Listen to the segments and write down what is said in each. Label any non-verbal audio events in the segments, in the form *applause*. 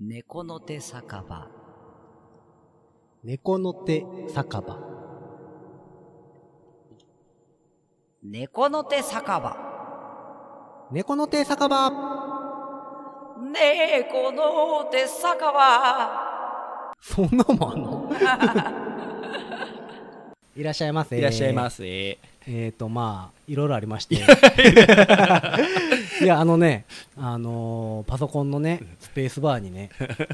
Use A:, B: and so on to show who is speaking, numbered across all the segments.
A: 猫の手酒場
B: 猫の手酒場。
A: 猫の手酒場
B: 猫の手酒場。
A: 猫の手酒場
B: そんなもんあん
C: *laughs*
B: のいらっしゃいませ。。
C: いらっしゃいますせ。え
B: えっ、と、まあ、いろいろありまして。 *laughs* いや、あのね、あのーパソコンのね、スペースバーにね、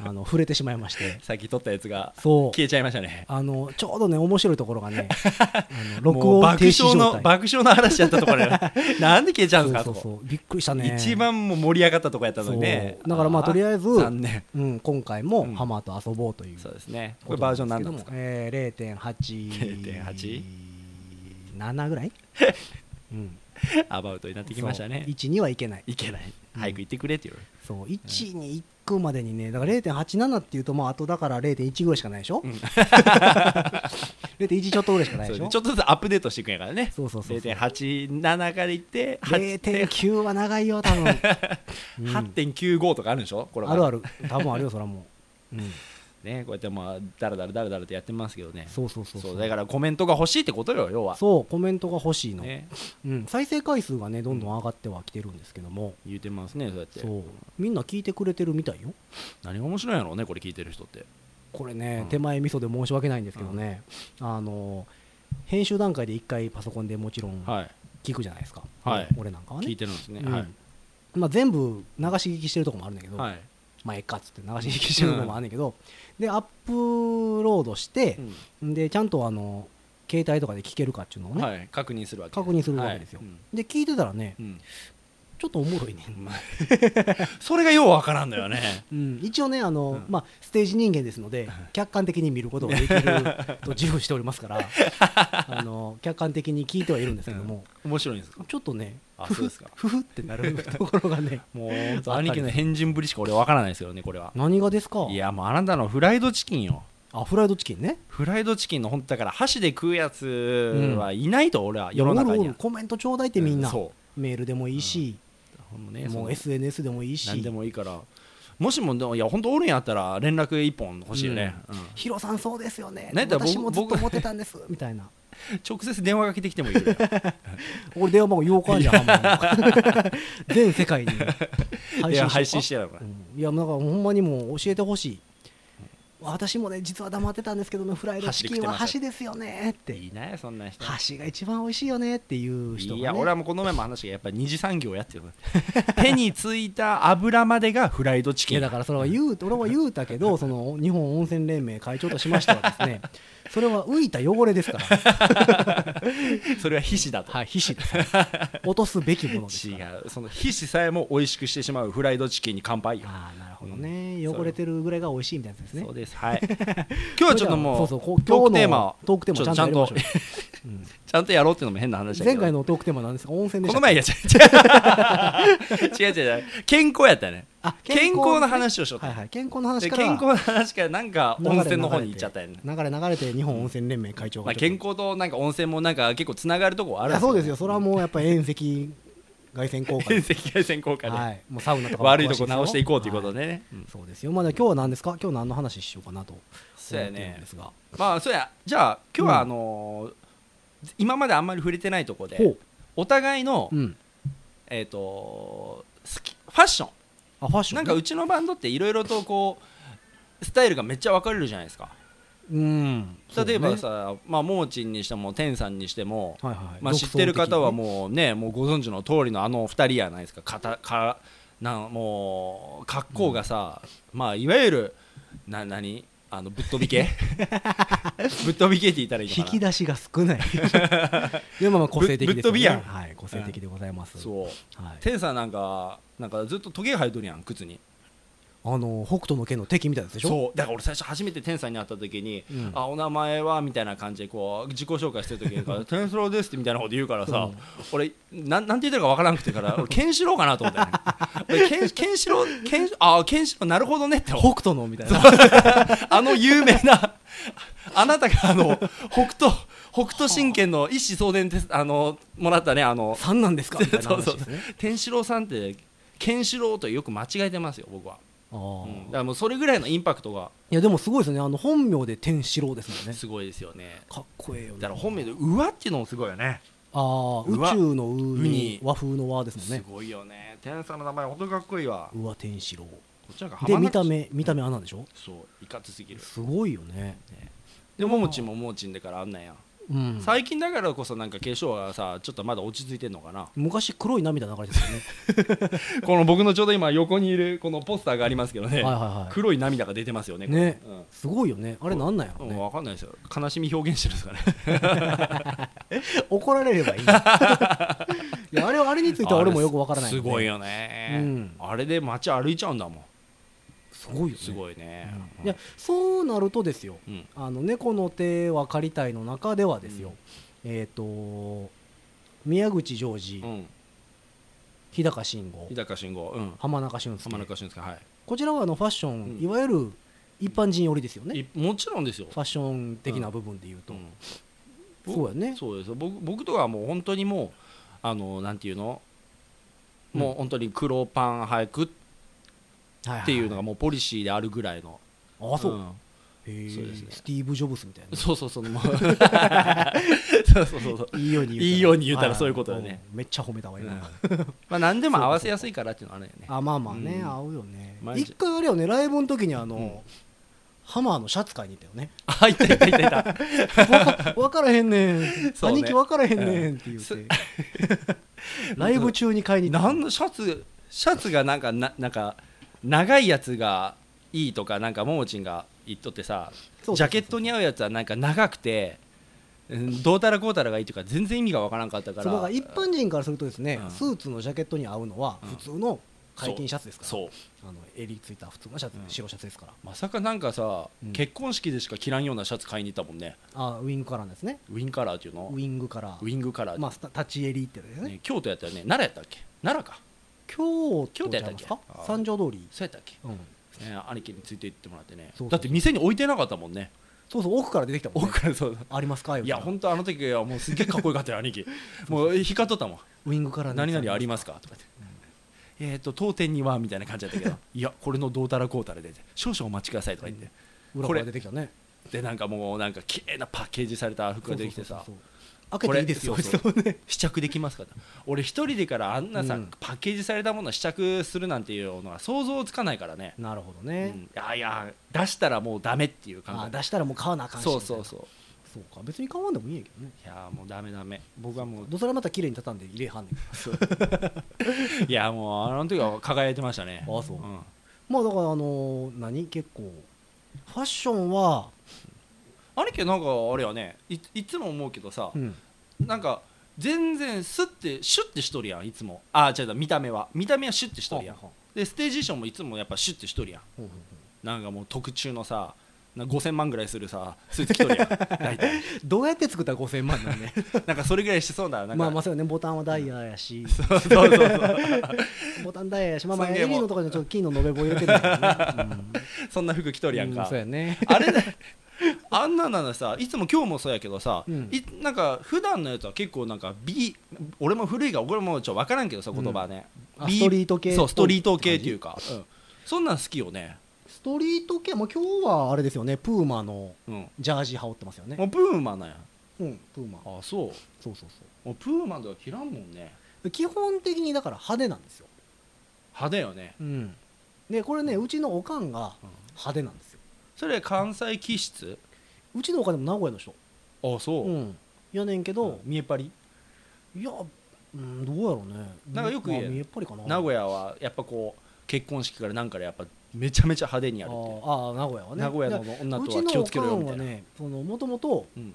B: あの触れてしまいまして。
C: さっき撮ったやつが
B: そう。
C: 消えちゃいましたね。
B: あのちょうどね面白いところがねあの録
C: *laughs* もう
B: 音
C: 爆
B: 停止
C: 笑の
B: 状態
C: 爆笑の話やったところ
B: *laughs*
C: やなんで消えちゃうんですか
B: そうそうそうびっくりした
C: そこ
B: ね
C: 一番もう盛り上がったとこやったのにね
B: そうだからまあとりあえず
C: 3年
B: うん、今回
C: う
B: も
C: ん
B: ハマーと遊ぼうという
C: そうですねこれバージョン何なんですか
B: ことなんですけどもえー、0.87ぐら
C: *laughs*
B: い、うん、
C: アバウトになってきましたね
B: そう1にはいけない
C: いけない
B: うん
C: 早く行ってくれって言わ
B: そう1に行くまでにねだから0.87っていうとまああとだから0.1ぐらいしかないでしょ、
C: うん
B: *laughs* 0.1ちょっとぐらいしかない
C: れ
B: で
C: る
B: し
C: *laughs*
B: ょ
C: そうちょっとずつアップデートしていくんやからね
B: そうそうそうそう
C: 0.87からいって8.9
B: 0.9は長いよ多分、うん
C: 8.95とかあるんでしょこれ
B: あるあ
C: る
B: る多分あるよそらもう、うん、
C: ねこうやってまあだらだらだらだらってやってますけどね
B: そうそうそう
C: そうだからコメントが欲しいってことよ要は
B: そうコメントが欲しいの、
C: ね
B: うん、再生回数がねどんどん上がってはきてるんですけども、
C: 言うてますねそうやって
B: そうみんな聞いてくれてるみたいよ
C: 何が面白いんやろうねこれ聞いてる人って
B: これね、
C: うん
B: 手前味噌で申し訳ないんですけどね、あの編集段階で一回パソコンでもちろん
C: はい
B: 聞くじゃないですか、
C: はい
B: 俺なんかは
C: 聞
B: ね
C: い、てるんですね
B: うん
C: はい
B: まあ、全部流し聞きしてるとこもあるんだけど、
C: はい
B: まあええかっつって流し聞きしてるとこもあるんだけど、でアップロードして、でちゃんとあの携帯とかで聞けるかっていうのをね、
C: はい確認するわけ
B: 確認するわけですよ
C: はいうん
B: で聞いてたらね
C: うん
B: ちょっとおもろいね、
C: それがようわからんのよね
B: うん、一応ねあの、
C: うん
B: まあ、ステージ人間ですので客観的に見ることができると *laughs* 自負しておりますから
C: *laughs*
B: あの客観的に聞いてはいるんですけども、
C: 面白いんですか
B: ちょっとね
C: あそうですか
B: ふふってなるところが
C: *laughs*
B: ね
C: もう本当兄貴の変人ぶりしか俺わからないですけどねこれは
B: 何がですか
C: いやもうあなたのフライドチキンよ
B: あフライドチキンね
C: フライドチキンの本当だから箸で食うやつはいないと俺は世の中
B: お
C: に
B: るお
C: は
B: るコメントちょうだいってみんな、
C: うそ
B: メールでもいいし、
C: うほんまねそ
B: も
C: の
B: う SNS でもいい
C: 何
B: し
C: でもいいからもしもでもいや本当おるんやったら連絡一本欲しいよねうん
B: ヒロさんそうですよね
C: なんやったら僕
B: 私もずっと思ってたんですみたいな
C: 直接電話が来てきてもいいよ *laughs*
B: 俺電話番号ようかんじゃんハンマーの全世界に
C: いや配信しててやるから
B: いやなんかほんまにもう教えてほしい私もね実は黙ってたんですけどねフライドチキンは
C: 箸
B: 箸ですよねって
C: いいなよそんな人
B: 箸が一番美味しいよねっていう人が、ね、
C: いや俺はもうこの前も話がやっぱり二次産業やってる *laughs* 手についた油までがフライドチ
B: い
C: キン
B: やだからそれは言う俺は言うたけ
C: *laughs*
B: どその日本温泉連盟会長としましてはですねそれは浮いた汚れですから
C: それは皮脂だと、
B: はい皮脂です落とすべきものです
C: *laughs* 違
B: から
C: うその皮脂さえも美味しくしてしまうフライドチキンに乾杯よ
B: ああなるほどね、汚れてるぐらいが美味しいみたいなやつですね
C: そうで
B: *laughs*
C: すはい今日はちょっとも
B: そじゃあそ
C: う
B: うそうこ
C: トークテーマ
B: 今
C: を
B: 日のトークテーマをちゃんとやりましょう
C: ちょっとち *laughs* ちゃんとやろうっていうのも変な話
B: うん
C: だけ
B: 前
C: ど
B: 回のトークテーマなんですか温泉でし
C: こ
B: た
C: の
B: っけ
C: 前いや違う違う違う違う健康やったね
B: あ
C: 健康の話をしようと
B: はいはい健康の話
C: で
B: から
C: 健康の話からなんか
B: 流れ
C: 温泉の方に行っちゃったよね
B: 流れ流れて日本温泉連盟会長
C: ま
B: が
C: あ、
B: ちょっと、
C: 健康となんか温泉もなんか結構つながるとこはあるん
B: あそうですよ
C: *laughs* け
B: そ
C: ど
B: れはもうやっぱ遠赤外線効果
C: 遠
B: で
C: 赤外線効果で、
B: はいもうサウナとかも詳し
C: 悪いと
B: です
C: こ
B: よ
C: 直していこうということでね、うん
B: はいそうですよまあじゃあ今日は何ですか今日何の話しようかなと思って
C: そうや
B: るん
C: ね
B: ですが
C: まあそうやじゃあ今日は
B: うん
C: あのー今まであんまり触れてないとこで、
B: ほ
C: お互いの、
B: ううん
C: えっ、と好きファッショ
B: あファッシ
C: ン
B: ョ
C: な
B: ン
C: んかうちのバンドっていろいろとこうスタイルがめっちゃ分かれるじゃないですか
B: うん
C: 例えば
B: そう
C: さ、まあもーちんにしてもてんさんにしても、
B: ねはいはいはい
C: まあ、知ってる方は
B: う
C: もうねもうご存知の通りのあの二人やないですかかたかなんもう格好がさ、まあいわゆるな何あのぶっ飛
B: *laughs*
C: び系ぶっ飛び系って言ったらいいのか
B: 引
C: な
B: き出しが少
C: *laughs*
B: ないでもまあ個性的ですよね
C: ぶぶっ飛びやん
B: はい個性的でございます
C: そう
B: はい
C: 天さんなんかなんかずっとトゲが生えとるやん靴に
B: あの北斗の拳の敵みたいなやつでしょ
C: そうだから俺最初初めて天さんに会った時に「
B: うん
C: あお名前は?」みたいな感じでこう自己紹介してる
B: *laughs*
C: 時に「天郎です」ってみたいなこと言うからさ、
B: うん
C: 俺なんなんて言ってるかわからなく
B: *laughs*
C: てから俺ケンシロウかなと思ったよね俺ケンケンシロウケンあケンシロウなるほどねって思 *laughs*
B: 北
C: う
B: 斗のみたいな
C: あの有名な *laughs* あなたがあの北斗北斗神拳の一子相伝ですあのもらったねあの
B: 三なんですかみたいな話ですね
C: 天シロウさんってケンシロウとよく間違えてますよ僕は
B: あー
C: うんだ
B: い
C: からもうそれぐらいのインパクトが
B: やでもすごいですよねあの本名で天四郎ですもんね
C: すごいですよね
B: かっこええよね
C: だから本名で「うわ」っていうのもすごいよね
B: ああ
C: う
B: 宇
C: わ
B: 宙のう
C: うに
B: に和風の和ですもん
C: す
B: ね
C: ごいよね天さんの名前ほんとかっこいいわ
B: うわ天四郎
C: こっちなんか
B: で
C: 浜
B: 見た
C: 中
B: 目見た目あんなんでしょ
C: そういかつすぎる
B: すごいよね
C: でももちんももちんだからあんなんや
B: うん
C: 最近だからこそなんか化粧はさちょっとまだ落ち着いてんのかな
B: 昔黒い涙流れてたよ
C: *laughs*
B: ね
C: この僕のちょうど今横にいるこのポスターがありますけどね
B: はいはいは
C: 黒い涙が出てますよね
B: い
C: これ
B: ね
C: うん
B: すごいよねあれなんなんやろ
C: うん、
B: ね
C: 分かんないですよ悲しみ表現してるんですかね
B: 怒られれ
C: *laughs*
B: ばいいいやあれはあれについては俺もよくわからない
C: すごい
B: よ
C: よね、
B: うん
C: あれで街歩いちゃうんだもん
B: すごいよね
C: すごいね、
B: いやそうなるとですよ
C: うん
B: あの猫の手は借りたいの中ではですよ、えっ、と宮口ジョージ、
C: うん、
B: 日高慎吾
C: 日高慎吾、うん、
B: 浜中俊
C: 浜
B: 介
C: 中俊介は
B: こちらはあのファッション、
C: うん
B: いわゆる一般人寄りですよね
C: い、
B: フ
C: いもちろんですよ、
B: ァッション的な部分で言うと、
C: うん
B: そうやね
C: そうです僕僕とかはもう本当にもうあのなんていうの、
B: うん
C: もう本当に黒パン履く
B: っ
C: っていうのがもうポリシーであるぐらいの、
B: あそう、
C: ん
B: へー
C: そうですね
B: スティーブ・ジョブスみたいな
C: *laughs* そうそう *laughs* そうもうそうそうそうそう
B: いいように言うたら
C: いいように言うたらそういうことだね
B: ははうんめっちゃ褒めたわ今、
C: うんまあ何でも合わせやすいからっていうのはあるよね
B: あまあまあね、
C: うん
B: 合うよね
C: マジ
B: 一回あれよねライブの時にあの、
C: うん
B: ハマーのシャツ買いに行ったよね
C: あいたいたいたいた
B: *laughs* 分からへんねん
C: そうね
B: 兄貴分からへんねんって言 *laughs* っ
C: す
B: てライブ中に買いに行った
C: 何のシャツシャツがなんかななんか長いやつがいいとかなんかももちんが言っとってさ
B: そうそうそう
C: ジャケットに合うやつはなんか長くてうんどうたらこうたらがいいとか全然意味がわからんかったか
B: そ
C: ら
B: うだから一般人からするとですね、
C: うん
B: スーツのジャケットに合うのは
C: うん
B: 普通の解禁シャツですから、
C: そう
B: あの襟ついた普通のシャツ、
C: うん
B: 白シャツですから
C: まさかなんかさ、
B: うん
C: 結婚式でしか着らんようなシャツ買いに行ったもんね
B: あウィングカラーですね
C: ウィンカラーっていうの
B: ウィングカラ
C: ウ
B: ー
C: ィングカラー、
B: まあスタ立ち襟ってやつですね
C: ね京都やったよね奈良やったっけ奈良か
B: 京
C: 京
B: 都じ
C: 都
B: ゃ
C: やっ
B: な
C: た
B: い
C: っ
B: で
C: け
B: すか
C: あー
B: 三条通り、
C: そうやったっけ、
B: うん、
C: ね、兄貴について行ってもらってね
B: そうそう
C: だって店に置いてなかったもんね
B: そうそう奥から出てきたもん、ね、
C: 奥からそう
B: ありますかよ
C: いや本当あの時はもうすっげえかっこよかったよ
B: *laughs*
C: 兄貴もう光っとったもん
B: ウィングカラーのやつ
C: 何々ありますかとかって、えっ、と当店にはみたいな感じだっ
B: *laughs*
C: たけどいやこれのどうたらこうたらで少々お待ちくださいとか言って、
B: 裏
C: こ
B: か
C: れ
B: ら出てきたね
C: でなんかもうなんか綺麗なパッケージされた服ができてさ
B: そうそうそうそう開けていいですよ
C: これそうそう
B: そうね
C: 試着できますかと俺一人でからあんなさ、
B: うん
C: パッケージされたものを試着するなんていうのは想像つかないからね、
B: なるほど
C: う
B: ね、
C: ん、いやいや出したらもうダメっていう
B: あ
C: 感
B: ー
C: じ
B: 出したらもう買わなあかんし
C: そうそう
B: う
C: そう
B: そうか別に買わんでもいいんやけどね
C: いやもうダメダメ僕は
B: *laughs*
C: もう
B: どうせならまた綺麗に畳んで入れはんねん *laughs*
C: いやもうあの時は輝いてましたね
B: ああそう
C: うん
B: まあだからあのー何結構ファッションは、
C: 兄貴なんかあれやねいいつも思うけどさ、
B: うん
C: なんか全然スッてシュッてしとるやんいつもあ違う違う見た目は見た目はシュッてしとるやん
B: ははは
C: でステージ衣装もいつもやっぱシュッてしとるやん
B: ほうほう
C: なんかもう特注のさな5000万ぐらいするさスーツ着
B: *laughs*
C: とるやん大体
B: ほうどうやって作ったら5000万なん *laughs* ね
C: なんかそれぐらいしてそうななんか、
B: まあまあそうよねボタンはダイヤやし
C: そう *laughs* そうそう
B: ボタンダイヤやしまあまあ
C: 尊
B: エ
C: 厳
B: リ
C: も
B: のとかにちょっと金の延べ棒入れてるんだ *laughs* けどね、
C: そんな服着と
B: うん
C: るやん
B: う
C: か
B: ん、そうやね
C: あれだあんななのさいつも今日もそうやけどさ、
B: うん
C: いなんか普段のやつは結構なんか B 俺も古いから俺もちょっと分からんけどさ言葉はね、
B: うんあ
C: B
B: ストリート系
C: そうストリート系っていうか、うんそんなん好きよね、
B: ストリート系もう今日はあれですよねプーマの
C: うん、
B: ジャージ羽織ってますよね
C: もうプーマなんや
B: うんプーマ
C: あそう
B: そうそう
C: もうプーマとか着らんもんね
B: そう基本的にだから派手なんですよ、
C: 派手よね
B: うん、でこれねうちのおかんが派手なんですよ
C: それ関西気質
B: うちのおかんでも名古屋の人
C: あそう、
B: うんやねんけど、
C: 見えっ張り
B: いや、うん、どうやろうね。
C: なんかよく言え
B: まあ見えっぱりかな。
C: 名古
B: 屋
C: 屋はやっぱこう結婚式からなんからやっぱめちゃめちゃ派手にや
B: あ
C: るって
B: ーあー、名古屋はね。
C: 名古屋
B: いや
C: の女
B: う
C: と
B: ち
C: は気
B: の
C: を
B: お
C: つけ
B: か
C: ろよみ
B: ん
C: た
B: はい
C: な、
B: ね、そのもともと
C: うん、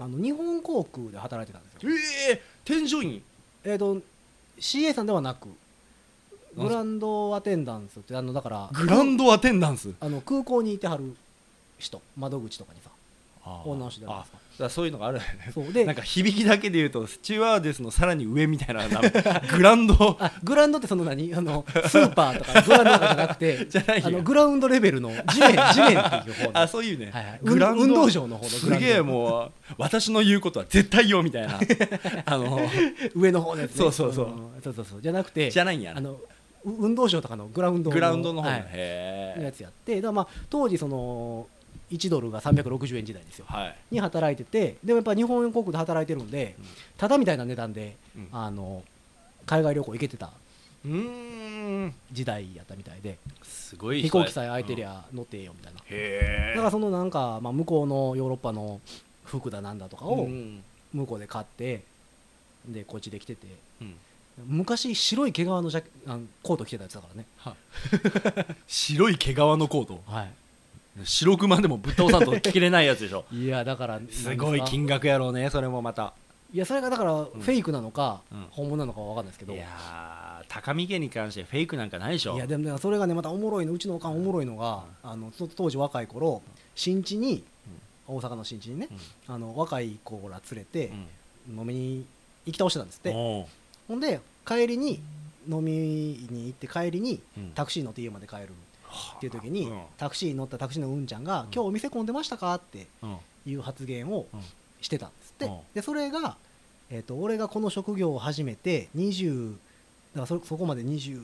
B: あの日本航空で働いてたんですよ。
C: ええ添乗員
B: えっ、と CA さんではなく
C: なんす
B: グランドアテンダンスってあのだから
C: グラン
B: ド
C: ドアテンダンス
B: あの空港にいてはる人窓口とかにさ
C: あ
B: 女の人じゃない
C: あ
B: ですか。
C: だからそういうのがあるよね
B: そうで
C: なんか響きだけで言うとスチュワーデスのさらに上みたいな *laughs* グランド
B: あグラウンドってその何あのスーパーとか
C: *laughs*
B: グラウンドとかじゃなくて
C: じゃないよ
B: あのグラウンドレベルの地
C: *laughs*
B: 面地面っていう方の
C: あそういうね、
B: はいはい
C: グランド
B: 運動場の方のグ
C: す
B: ラウンド
C: げえもう私の言うことは絶対よみた
B: *laughs*
C: いなあの
B: 上の方のやつ、ね、
C: そうそうそう
B: うんそうそうそうじゃなくて
C: じゃないんや
B: あ
C: な
B: のう運動場とかのグラウンド
C: グラウンドの方の、
B: はい
C: へ
B: のや
C: え
B: つやってだからまあ当時その1ドルが360円時代ですよ
C: はい
B: に働いててでもやっぱ日本国で働いてるんで
C: うん
B: ただみたいな値段で
C: うん
B: あの海外旅行行けてた
C: うーん
B: 時代やったみたいです
C: ごい
B: 飛行機さえ空いてり
C: うん
B: ゃ乗ってええよみたいな
C: へえ
B: だからそのなんかまあ向こうのヨーロッパの服だなんだとか
C: う
B: を
C: ん
B: 向こうで買ってでこっちで着てて
C: うん
B: 昔白い毛皮のジャケあのコート着てたやつだからね
C: 白い毛皮のコート
B: は
C: 白熊でもぶっ倒さんと着れないやつでしょ
B: いいやだからなんです
C: すごい
B: か
C: 金額やろうねそれもまた
B: いやそれがだからフ
C: ん
B: ェイクなのか、
C: うん
B: 本物なのかは分かんないですけど
C: いやー高見家に関してフェイクなんかないでしょ
B: いやでもねそれがねまたおもろいのうちのおかんおもろいのが、あのそ当時若い頃新地に、大阪の新地にね、あの若い子ら連れて
C: うん
B: 飲みに行き倒してたんですって、
C: おう
B: ほんで帰りに飲みに行って帰りに
C: うん
B: タクシー乗って家まで帰るっていう時に、
C: うん
B: タクシーに乗ったタクシーのうんちゃんが「今日お店混んでましたか?」って
C: うん
B: いう発言を
C: うん
B: してたんですって、
C: うん
B: でそれが、えー、と俺がこの職業を始めて20だからそそこまで2030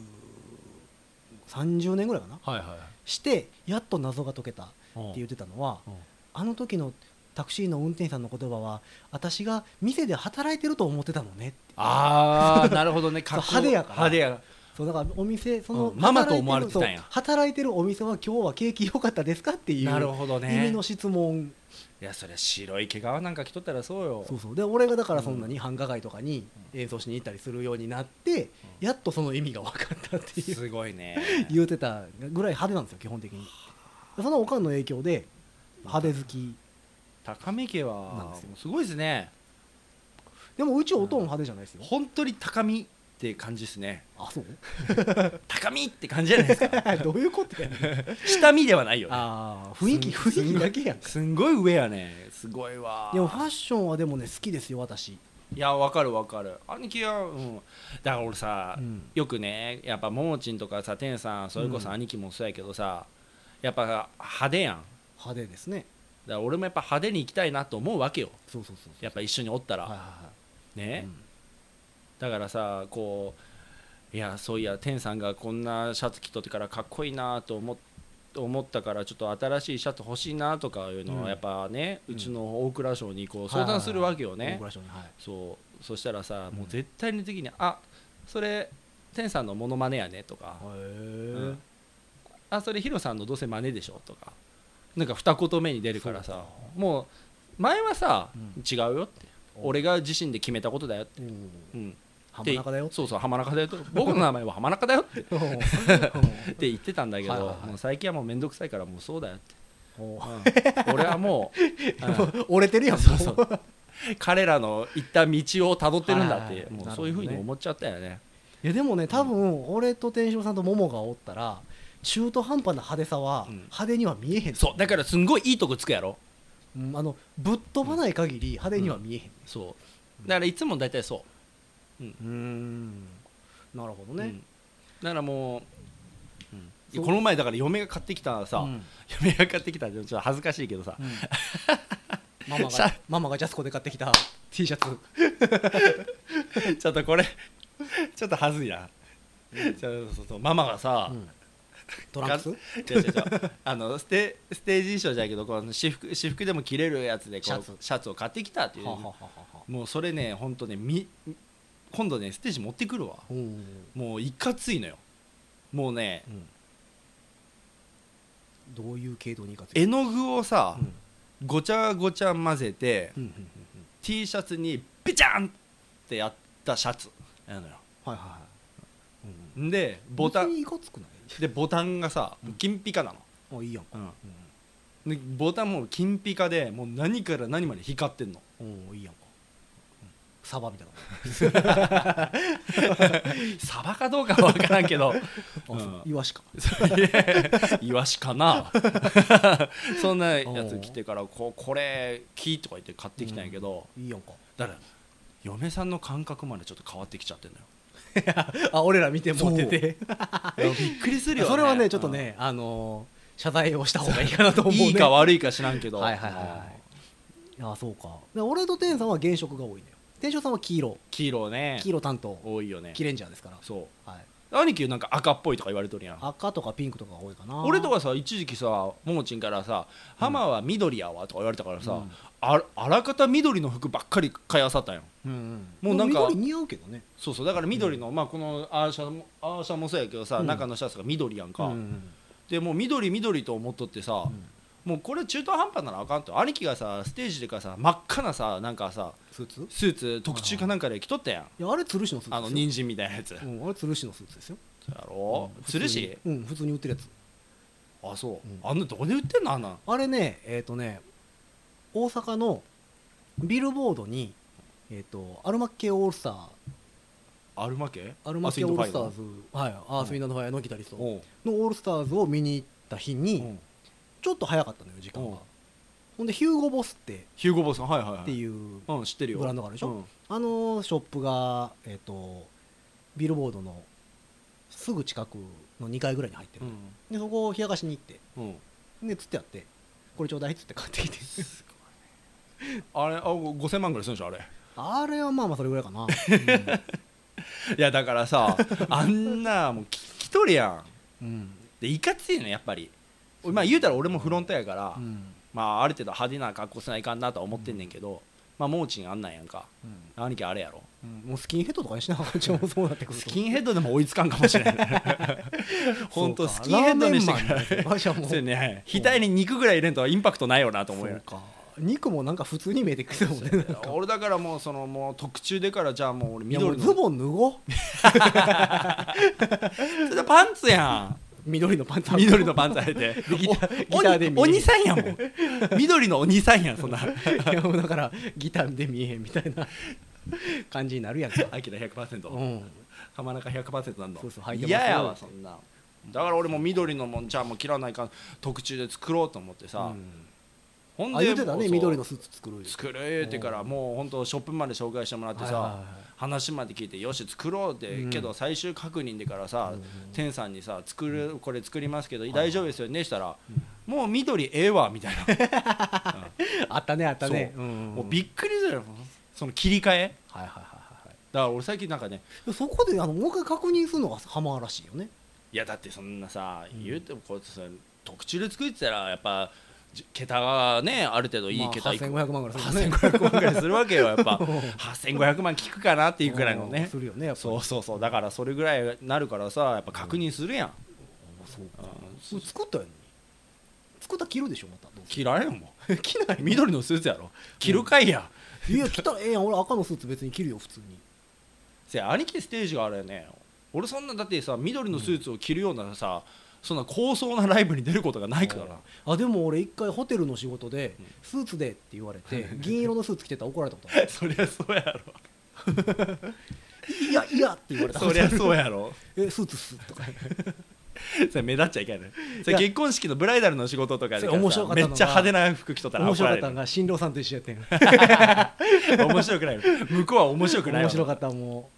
B: 年ぐらいかな
C: はいはい
B: してやっと謎が解けたって
C: おう
B: 言ってたのは
C: うん
B: あの時のタクシーの運転手さんの言葉は私が店で働いてると思ってたのねって
C: ああなるほどね
B: *laughs* そう
C: 格好
B: 派手やから
C: 派手や
B: そうだからお店その、
C: うんママと思われてたんや
B: そう働いてるお店は今日は景気良かったですかっていう
C: なるほどね
B: 意味の質問
C: いやそりゃ白い毛皮なんか着とったらそうよ
B: そうそうで俺がだからそんなに繁華街とかに演奏しに行ったりするようになって、やっとその意味が分かったって *laughs* いう
C: すごいね
B: 言うてたぐらい派手なんですよ基本的にそのおかんの影響で派手好き
C: 高見家
B: なん
C: は
B: ですよ
C: すごいですね
B: でもうちおとん派手じゃないですよ、
C: 本当に高見って感じです
B: *laughs*
C: ね
B: あ
C: *laughs*
B: そう
C: 高見って感じじゃないですか
B: どういうことやねん
C: *laughs* 下見ではないよね
B: ああ雰囲気
C: すん
B: 雰囲気だけやんか
C: すんごい上やねすごいわ
B: でもファッションはでもね好きですよ私
C: いやわかるわかる兄貴はうんだから俺さ、
B: うん
C: よくねやっぱももちんとかさてんさんそれこそ
B: うん
C: 兄貴もそうやけどさ、やっぱ派手やんだか
B: 派手ですね
C: ら俺もやっぱ派手に行きたいなと思うわけよ
B: そうそうそうそう
C: やっぱ一緒におったら、
B: はいはいはい
C: ね、
B: うん
C: だからさこういやそういや天さんがこんなシャツ着とってからかっこいいなと思っ思ったからちょっと新しいシャツ欲しいなとかいうの
B: うん
C: はやっぱね、う
B: うん
C: ちの大蔵省にこう相談するわけよね、
B: 大蔵省にはい
C: そうそしたらさ、
B: うん
C: もう絶対に的に「あそれ天さんのモノマネやね」とか
B: へ
C: 「
B: え、
C: うんあそれヒロさんのどうせマネでしょ」とかなんか二言目に出るからさもう前はさ、
B: うん
C: 違うよって俺が自身で決めたことだよって、
B: うん
C: うん、
B: 浜中だよ
C: そうそう浜中だよと僕の名前は浜中だよってって言ってたんだけど、
B: はいはいはい
C: もう最近はもう面倒くさいからもうそうだよって、
B: も
C: 俺はも
B: *laughs*
C: う、うん
B: う折れてるやん
C: そうそう彼らの行った道をたどってるんだって、
B: はいはいはい
C: も
B: なるほどね
C: うそういうふうに思っちゃったよね
B: *laughs* いやでもね多分俺と天翔さんと桃がおったら中途半端な派手さは
C: うん
B: 派手には見えへん、
C: そうだからすんごいいいとこつくやろ
B: うんあのぶっ飛ばない限り派手には見えへん
C: そうだからいつも大体そう
B: うんなるほど
C: う
B: ね
C: ん、だからもう、
B: そう
C: この前だから嫁が買ってきたさ、 *laughs*
B: うん
C: 嫁が買ってきたちょっと恥ずかしいけどさ、
B: うんママ
C: シ
B: が
C: ャ
B: ママがジャスコで買ってきた T シャツ
C: *laughs* ちょっとこれちょっと恥ずいな、ちょそうそうそうママがさ、
B: うんトランクス
C: か違う違う違うあのステステージ衣装じゃないけどこの私服私服でも着れるやつでこう
B: シャツ
C: シャツを買ってきたっていう
B: ははははは
C: もうそれね本当ねみ今度ねステージ持ってくるわ
B: うん
C: もういかついのよもうね
B: どういう系統にいかつい
C: 絵の具をさ、
B: うん
C: ごちゃごちゃ混ぜて、
B: うんうんうんうん
C: T シャツにビチャンってやったシャツなのよ
B: はいはいはいうんうん
C: んでボタ
B: 別
C: ン
B: にいかつくない
C: でボタンがさ金ピカなの、
B: あいいやんか
C: うんでボタンも金ピカでもう何から何まで光ってんの
B: うんおーいいやんかサバみたいな
C: サバかどうかは分からんけ *laughs*
B: あ
C: ど
B: そうイワシか
C: イワシか *laughs* なそんなやつ着てからここれ木とか言って買ってきたんやけど、
B: いいやんか
C: だから嫁さんの感覚までちょっと変わってきちゃってんのよ
B: *laughs* あ俺ら見て持ってて
C: びっくりするよ、ね、
B: それはねちょっとねあのー謝罪をした方がい *laughs* いかなと思うね
C: いいか悪いか知らんけど
B: はいはいはいはいあそうかで俺と天さんは原色が多いね天翔さんは黄色
C: 黄色ね
B: 黄色担当
C: 多いよね
B: キレンジャーですから
C: そ
B: はい
C: 兄貴なんか赤っぽいとか言われとるやん
B: 赤とかピンクとかが多いかな
C: 俺と
B: か
C: かさ一時期さももちんからさ「浜は緑やわ」とか言われたからさ、ああらかた緑の服ばっかり買いあさったんよ
B: うんうん
C: もうなんか
B: 緑似合うけどね
C: そうそうだから緑の、まあこのアーシャもアーシャもそうやけどさ、
B: うん
C: 中のシャツが緑やんか、
B: うんうん
C: でもう緑緑と思っとってさ、もうこれ中途半端ならあかんと兄貴がさステージでかさ真っ赤なさなんかさ
B: スーツ
C: スーツ特注かなんかで着とったやん
B: いやあれ鶴石のスーツですよ
C: あの人参みたいなやつ、
B: うん、あれ鶴石のスーツですよ
C: だろ
B: うん
C: つるし
B: 普通にうん普通に売ってるやつ
C: あそう、
B: うん
C: あんなどこで売ってんのあんなん
B: あれねえっ、とね大阪のビルボードにえっ、とアルマッケオールスター
C: アルマ系
B: アルマッケオールスター
C: ズ
B: ズはいアースウィンダードファイアのギタリストの
C: おう
B: オールスターズを見に行った日に、
C: うん
B: ちょっと早かったのよ時間
C: うん
B: がほんでヒューゴボスって
C: ヒューゴボスさんはいはいはい
B: って
C: う、
B: いう、
C: ん、知ってるよ
B: ブランドがあるでしょ
C: うん
B: あのショップがえっ、とビルボードのすぐ近くの2階ぐらいに入ってる、でそこを冷やかしに行って
C: うんうん
B: でつってやってこれちょうだいっつって買ってきて
C: あれあ5000万ぐらいするんでしょあれ
B: あれはまあまあそれぐらいかな、
C: *laughs* いやだからさ *laughs* あんなもう聞きとるやん
B: うんうん
C: でいかついのやっぱり俺まあ言うたら俺もフロントやから、
B: うん
C: まあある程度派手な格好せないかんなとは思ってんねんけど、まあもうちんあんなんやんか
B: うん
C: 兄貴あれやろ
B: うんもうスキンヘッドとかにしなあかんちゃうもうそうなってくると
C: スキンヘッドでも追いつかんかもしれない *laughs* ほんとスキンヘッドにしてから
B: らじゃあもう
C: そうや
B: そう
C: ね *laughs* 額に肉ぐらい入れんとインパクトないよなと思うよ
B: か肉もなんか普通に見えてくるもんねなんか
C: 俺だからもうそのもう特注でからじゃあもう俺
B: いやも
C: 緑
B: う
C: の
B: ズボン脱ごう
C: それパンツや
B: 緑のパンツ
C: ん緑のパンツ履いて
B: ギターギ
C: お
B: ターで見える
C: お鬼さんやもん緑の鬼さんやんそんな
B: ツいやもうだからギターで見えへんみたいな感じになるやんか
C: アキラ100%、
B: うん
C: 浜中100%なんの
B: そうそう履いてますよ
C: 嫌やわそんなだから俺も緑のもんじゃあもう切らないかん特注で作ろうと思ってさ、ほん
B: あ言ってた
C: もう
B: ね
C: そう
B: 緑のスーツ作る
C: 作る言うてからもう本当ショップまで紹介してもらってさ、
B: はいはいはい
C: 話まで聞いてよし作ろうって、
B: うん
C: けど最終確認でからさ、天さんにさ作るこれ作りますけど大丈夫ですよねしたら、もう緑ええわみたいな、
B: あったねあったね
C: そうん
B: んん
C: もうびっくりするよその切り替え
B: はいはいはいはい
C: だから俺最近なんかね
B: でそこであのもう一回確認するのがハマーらしいよね
C: いやだってそんなさ、
B: うん
C: 言うてもこうやってさ特注で作ってたらやっぱじ桁がねある程度いい桁いく、
B: まあ、8500万ぐらいするね
C: 8500万ぐらいするわけよやっ *laughs* ぱ8500万聞くかなっていうくらいの
B: うん
C: ね
B: するよねやっぱ
C: そうそうそうだからそれぐらいなるからさやっぱ確認するやん、
B: そうかこ
C: うん
B: れ作ったやん作ったら着るでしょまたどう
C: 着られん *laughs* も
B: せ着ない
C: ん緑のスーツやろ着るかいや、
B: いや着たらええやん俺赤のスーツ別に着るよ普通に
C: せや兄貴ステージがあれやね俺そんなだってさ緑のスーツを着るようなさ、そんな高層なライブに出ることがないから
B: あでも俺一回ホテルの仕事で
C: うん
B: スーツでって言われて銀色のスーツ着てたら怒られたことある
C: そりゃそうやろ
B: いやいやって言われた
C: そりゃそうやろ
B: えスーツっすと *laughs* か
C: *laughs* それ目立っちゃいけないそ
B: い
C: れ
B: や
C: 結婚式のブライダルの仕事とかで
B: それ面白かったの
C: め
B: が
C: っちゃ派手な服着とったら
B: 面
C: 怒
B: 白
C: ら
B: か
C: れ
B: った
C: る
B: んが新郎さんと一緒やって *laughs* ん
C: 面白くない向こうは面白くない
B: 面白か
C: っ
B: ったも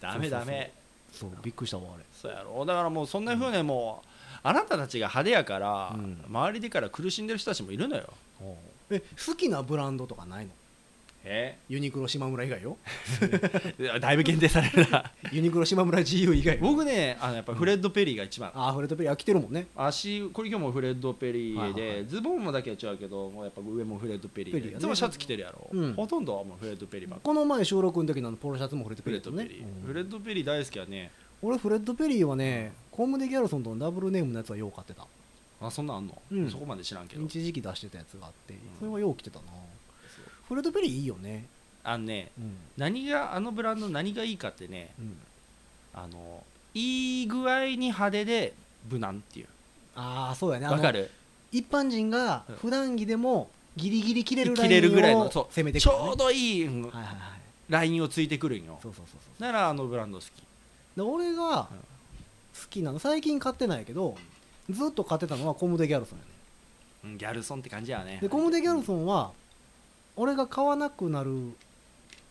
C: たダメダメ
B: うそうびっくりしたわあれ
C: そうやろだからもうそんなふうにもうあなたたちが派手やから、
B: うん
C: 周りでから苦しんでる人たちもいるのよ
B: え好きなブランドとかないの
C: え
B: ユニクロ島村以外よ
C: だいぶ限定されるな
B: ユニクロ島村 GU 以外よ
C: 僕ねあのやっぱフレッド・ペリーが一番、
B: あーフレッドペリーあ着てるもんね
C: 足これ今日もフレッド・ペリーで、
B: はいはいは
C: ズボンもだけは違うけどもうやっぱ上もフレッド・ペリー
B: ペリー
C: で
B: や
C: い
B: ね
C: つもシャツ着てるやろ、
B: うん
C: ほとんどはもうフレッド・ペリーばっか
B: この前収録の時のあのポロシャツもフレッドペ
C: フレ
B: リー
C: ッ
B: だ
C: ド・
B: もんね
C: ペリー、
B: うん
C: フレッド・ペリー大好きやね
B: 俺フレッド・ペリーはねコーム・デ・ギャルソンとのダブルネームのやつはよう買ってた
C: あそんなんあんの、
B: うん
C: そこまで知らんけど
B: 一時期出してたやつがあってそれはよう着てたなフレッド・ペリーいいよね
C: あのね
B: うん
C: 何があのブランドの何がいいかってね
B: うん
C: あのいい具合に派手で無難っていう
B: ああそうやねあ
C: わか
B: の
C: る
B: 一般人が普段着でもギリギリ着れるラ
C: 切れるぐら
B: イ
C: い
B: ン
C: の
B: を
C: そ
B: 攻めて
C: う
B: く
C: ち
B: る
C: ょう
B: ね
C: どいいうん
B: はいはいはい
C: ラインをついてくるんよ
B: そうそうそうそう
C: ならあのブランド好き
B: で俺が好きなの最近買ってないけどずっと買ってたのはコム・デ・ギャルソンやね
C: うんギャルソンって感じやね
B: でコム・デ・ギャルソンは俺が買わなくなる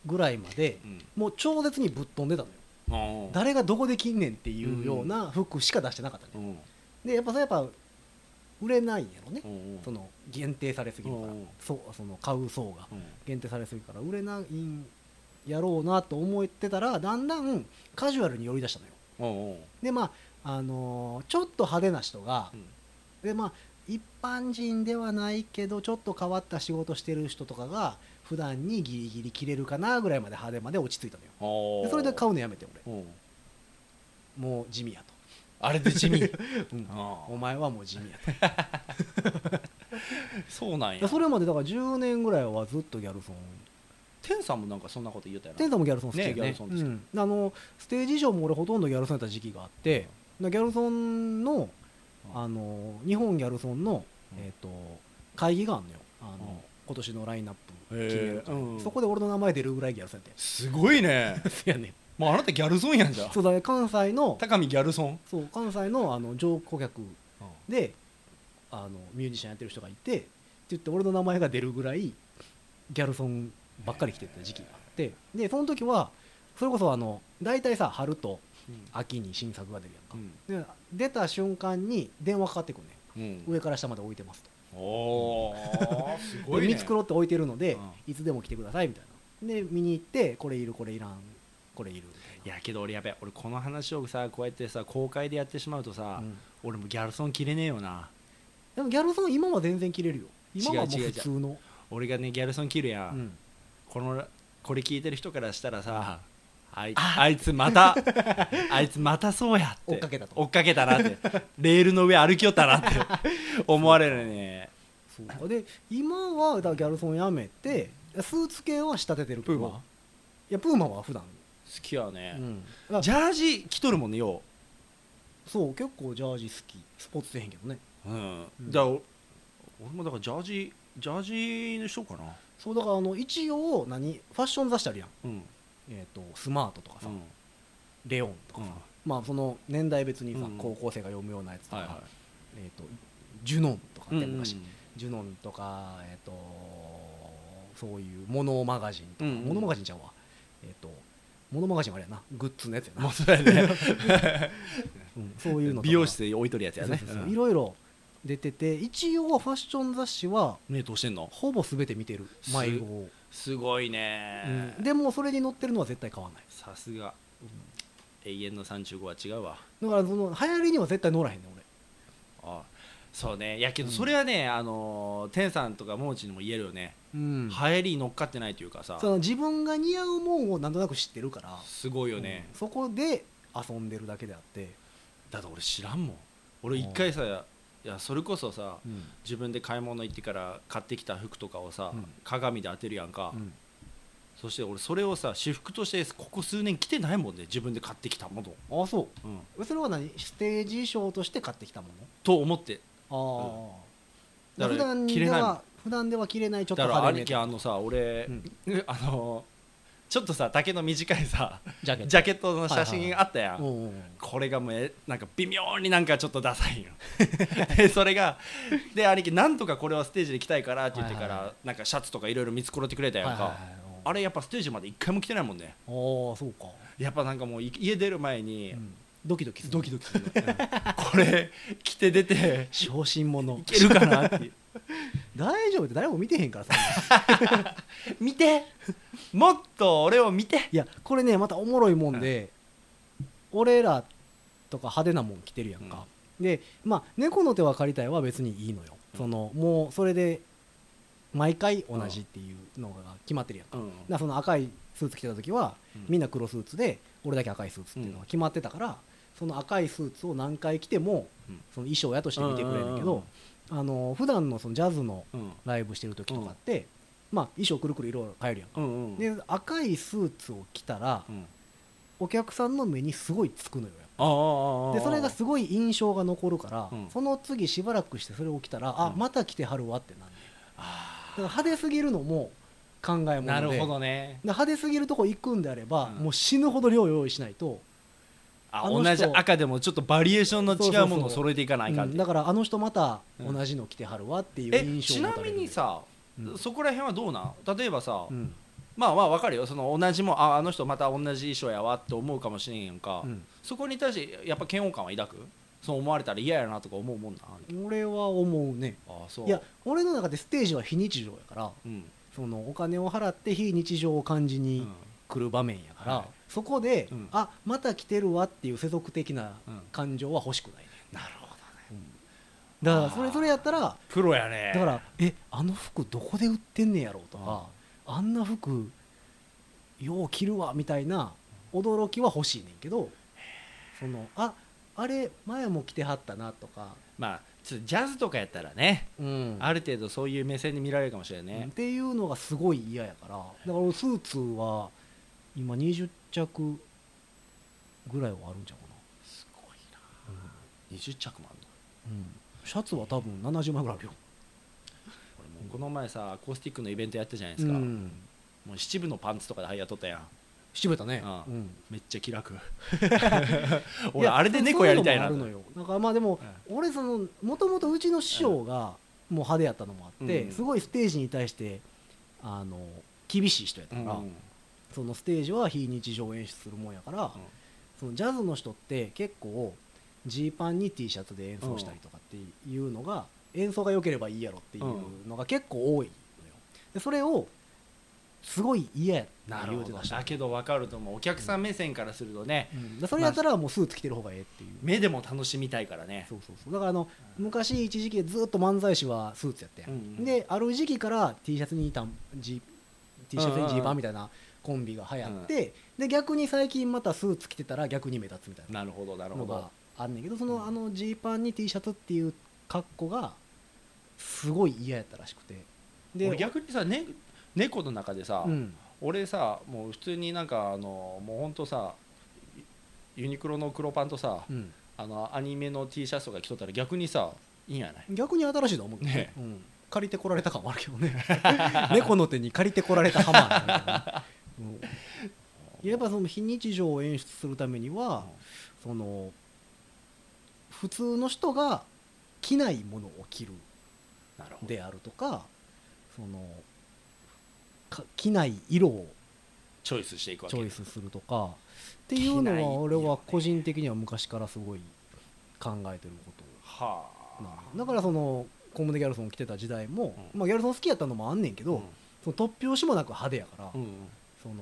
B: ぐらいまで
C: うん
B: もう超絶にぶっ飛んでたのよ
C: うん
B: 誰がどこで着んねんっていうような服しか出してなかったね
C: うん
B: でやっぱそれやっぱ売れないんやろね
C: うん
B: その限定されすぎるから
C: うん
B: そうその買う層が
C: うん
B: 限定されすぎるから売れないんやろうなと思ってたらだんだんカジュアルに寄り出したのよ
C: うんうん
B: でまあ、あのーちょっと派手な人が、
C: うん
B: でまあ一般人ではないけどちょっと変わった仕事してる人とかが普段にギリギリ切れるかなぐらいまで派手まで落ち着いたのよ
C: お
B: で
C: ー
B: それで買うのやめて俺
C: うん
B: もう地味やと、
C: あれで地 *laughs* 味
B: *laughs* うん
C: あ
B: お前はもう地味
C: *laughs*
B: やと
C: ーそうなん
B: で
C: や
B: それまでだから10年ぐらいはずっとギャルソン
C: 天さんもなんかそんなこと言うたよ
B: 天
C: な
B: さんもギャルソン好きやね
C: ねギャルソンでした
B: うんあのステージ衣装も俺ほとんどギャルソンやった時期があってでギャルソンのあの日本ギャルソンの、
C: うん
B: えー、と会議があるのよあの、
C: うん
B: 今年のラインナップ
C: へー
B: 決めるから
C: うん
B: そこで俺の名前出るぐらいギャルソンやっ
C: すごいね
B: てそうやね
C: もうあなたギャルソンやんじゃん
B: そうだね関西の
C: 高見ギャルソン
B: そう関西のあの上顧客であのミュージシャンやってる人がいてって言って俺の名前が出るぐらいギャルソンばっかり来てた時期があってでその時はそれこそあの大体さ春と秋に新作が出るやんか、で出た瞬間に電話かかってくるね
C: うん
B: 上から下まで置いてますと。
C: おおすご
B: で
C: い
B: 見
C: ね
B: 繕って置いてるので、
C: う
B: いつでも来てくださいみたいなで見に行ってこれいるこれいらんこれいる
C: いやけど俺やべえ俺この話をさこうやってさ公開でやってしまうと
B: や
C: さ、
B: うん
C: 俺もギャルソン着れねえよな
B: でもギャルソン今は全然着れるよ今はもう
C: 違う違う違う
B: 普通の
C: 俺がねギャルソン着るや、
B: うんん
C: このこれ聞いてる人からしたらさあいあいつまたあいつまたそうやって
B: 追っかけたと
C: 追っかけた
B: *laughs*
C: なってレールの上歩きよったなって思われるね
B: そうかで今はだからギャルソンやめてスーツ系は仕立ててるけど
C: プーマ
B: いやプーマは普段、
C: 好きやね、
B: だか
C: ジャージ着とるもんねよ
B: らそう結構ジャージ好きスポーツせえへんけどね
C: う、うん
B: うん
C: だからお俺もだからジャージジャージにしようかな
B: そうだからあの一応何ファッション雑誌あるやん、
C: うん
B: えー、とスマートとかさ、
C: うん
B: レオンとか
C: うん
B: さ、まあその年代別にさ、
C: うん
B: 高校生が読むようなやつとか、
C: はいは
B: えー、とジュノンとかっ
C: い
B: て昔、ジュノンとか、えー、とそういうモノマガジンとか、
C: うんうん
B: モノマガジンちゃうわ、えー、とモノマガジンはあれやなグッズのやつやな、
C: もうそれね
B: *laughs* うんそういうのとか
C: 美容室で置いとるやつやね
B: そうそうそう
C: うん
B: いろいろ出てて一応ファッション雑誌は
C: ねどうしてんの
B: ほぼ全て見てる
C: す
B: 迷子を、
C: すごいね、
B: うんでもそれに載ってるのは絶対買わない
C: さすが、永遠の35は違うわ
B: だからその流行りには絶対乗らへんねん俺
C: あそうねいやけど
B: うん
C: それはね、あのー天さんとかももちにも言えるよね、
B: うん
C: 流行りに乗っかってないというかさ
B: その自分が似合うもんをなんとなく知ってるから
C: すごいよね
B: うん、そこで遊んでるだけであって、
C: だって俺知らんもん俺一回さいやそれこそさ
B: うん
C: 自分で買い物行ってから買ってきた服とかをさ、
B: うん
C: 鏡で当てるやんか、そして俺それをさ私服としてここ数年着てないもんね自分で買ってきたもの、
B: あそ
C: うん
B: うそれは何ステージ衣装として買ってきたも
C: と思って
B: のああ、
C: だから
B: 普段
C: 着
B: で
C: れないもん
B: は普段では着れないちょっと
C: だから
B: 派手め
C: 兄貴あのさ俺、 *laughs* あのちょっとさ *laughs* 丈の短いさ
B: ジャケット
C: ジャケットの写真あったやん、
B: うんうんうん
C: これがもうえなんか微妙になんかちょっとダサいよ *laughs* でそれがで兄貴なんとかこれはステージで着たいからって言ってから、
B: はいはい
C: なんかシャツとかいろいろ見繕ってくれたやんか、
B: はいはいはいうん
C: あれやっぱステージまで一回も着てないもんね
B: ああそうか、
C: やっぱなんかもうい家出る前に、
B: うんドキドキする
C: ドキドキするのうんこれ着て出
B: *laughs*
C: て
B: 小心者
C: いけるかなっていう
B: *laughs* 大丈夫って誰も見てへんからさ
C: 見てもっと俺を見て
B: いやこれねまたおもろいもんで、俺らとか派手なもん着てるやんか、でまあ「猫の手は借りたい」は別にいいのよ、
C: うん
B: そのもうそれで毎回同じっていうのが決まってるやんか,、
C: うん
B: だからその赤いスーツ着てた時は、
C: うん
B: みんな黒スーツで俺だけ赤いスーツっていうのが決まってたから、その赤いスーツを何回着ても、
C: うん
B: その衣装やとして見てくれるんやけ
C: うん
B: ど、あの普段のそのジャズの
C: うん
B: ライブしてる時とかって、まあ衣装くるくる色々変えるやんか、
C: うんうん
B: で赤いスーツを着たら、
C: うん
B: お客さんの目にすごいつくのよやっ
C: ああああ
B: ぱ
C: ああ
B: でそれがすごい印象が残るから、
C: うん
B: その次しばらくしてそれを着たらあ、
C: うん
B: また着てはるわってなんねだ
C: あ
B: から派手すぎるのも考えもので
C: あなるほ
B: で
C: どね
B: 派手すぎるとこ行くんであれば、
C: うん
B: もう死ぬほど量用意しないと
C: あ
B: あの
C: 同
B: 人
C: じ赤でもちょっとバリエーションの違うものを揃えていかないかん
B: うんだからあの人また同じの着てはるわっていう
C: え
B: 印象
C: ち
B: を
C: な
B: 持たれ
C: み
B: る
C: にさ、
B: うん
C: そこら辺はどうなん例えばさ、
B: うん
C: まあまあわかるよその同じもんああの人また同じ衣装やわって思うかもしれんやんか、
B: うん
C: そこに対してやっぱ嫌悪感は抱くそう思われたら嫌やなとか思うもんな
B: 俺は思うね
C: ああそう
B: い
C: い
B: や俺の中でステージは非日常やから
C: うん
B: そのお金を払って非日常を感じ
C: う
B: に
C: ん
B: 来る場面やから、
C: はい
B: そこで、
C: うん
B: あまた来てるわっていう世俗的な
C: うん
B: 感情は欲しくないね、
C: なるほどね
B: だか
C: あ
B: ら
C: ー
B: それそれやったら
C: プロやね
B: だからえあの服どこで売ってんねやろうとかあんな服よう着るわみたいな驚きは欲しいねんけどそのああれ前も着てはったなとか、
C: まあちょっとジャズとかやったらね、
B: うん
C: ある程度そういう目線で見られるかもしれない
B: っ
C: ね、
B: ていうのがすごい嫌やからだから俺スーツは今20着ぐらいはあるんちゃうか
C: すごいな20着もあるの
B: な、シャツは多分70万ぐらいあるよ
C: 俺もうこの前さアコースティックのイベントやったじゃないですか、
B: うん
C: もう七分のパンツとかでやっとったやん
B: 渋田ね
C: ああ
B: うん
C: めっちゃ気楽
B: *laughs* い
C: 俺
B: や
C: あれで猫やりたいな
B: そううのもあるのよだからまあでも、俺そのもともとうちの師匠がもう派手やったのもあって、
C: うん
B: すごいステージに対してあの厳しい人やった
C: うん
B: か
C: うん
B: ら、そのステージは非日常演出するもんやから、そのジャズの人って結構ジーパンに T シャツで演奏したりとかっていうのが、演奏が良ければいいやろっていうのが結構多いのよでそれをすごい嫌やって
C: なる
B: 言う
C: ほ
B: て
C: ど
B: た人
C: だけど分かると思うお客さん目線からするとね、
B: うん、でそれやったらもうスーツ着てる方がええっていう、
C: 目でも楽しみたいからね
B: そうそうそうだからあの昔一時期ずっと漫才師はスーツやって、
C: うんうん
B: である時期から T シャツにた G T シャツにジーパンみたいなコンビが流行って、で逆に最近またスーツ着てたら逆に目立つみたいな
C: なるほどなるほ
B: の
C: ど
B: があんねんけどそのあのジーパンに T シャツっていう格好がすごい嫌やったらしくてで
C: 俺逆にさ、ね、猫の中でさ、
B: うん
C: 俺さもう普通になんかあのもうほんとさユユニクロの黒パンとさ、
B: うん、
C: あのアニメの T シャツとか着とったら逆にさいいんやない
B: 逆に新しいと思うけど
C: ね
B: うん、借りてこられた感もあるけどね *laughs* 猫の手に借りてこられたハマーなんだよね、うん、やっぱその非日常を演出するためには、その普通の人が着ないものを着る
C: なるほど
B: であるとかそのか着ない色を
C: チョイスしていくわ
B: チ
C: け
B: ョイスするとかっていうの
C: 着ない
B: は
C: よね
B: 俺は個人的には昔からすごい考えてること
C: はあ
B: なんだだからそのコムデギャルソン着てた時代も、
C: うん
B: まあ、ギャルソン好きやったのもあんねんけど、その突拍子もなく派手やから、
C: うんうん
B: その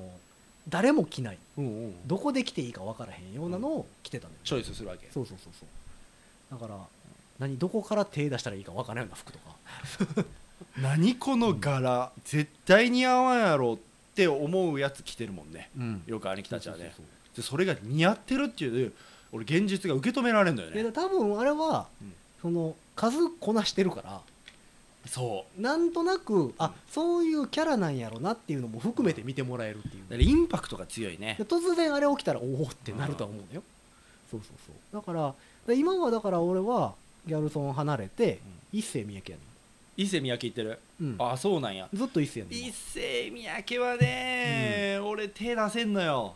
B: 誰も着ない
C: うんうんうん
B: どこで着ていいか分からへんようなのを着てたのよ、
C: チョイスするわけ
B: そうそうそうそうだから何どこから手出したらいいか分からんような服とか
C: 何この柄、絶対似合わんやろって思うやつ着てるもんね
B: うん
C: よく兄貴たちはね
B: そうそうそう
C: でそれが似合ってるっていう俺現実が受け止められるんだよ
B: いやだ
C: ね
B: から多分あれは、
C: うん
B: その数こなしてるから
C: そ
B: なんとなくあそういうキャラなんやろなっていうのも含めて見てもらえるっていう
C: うだからインパクトが強いね
B: で突然あれ起きたらおおってなるとは思うのよそうそうそうだからで今はだから俺はギャルソン離れて一世三宅やね
C: 伊勢三宅行ってる、
B: ん、うん、
C: あそうなんや
B: ずっと一世やねん
C: 伊勢三宅はね、俺手出せんのよ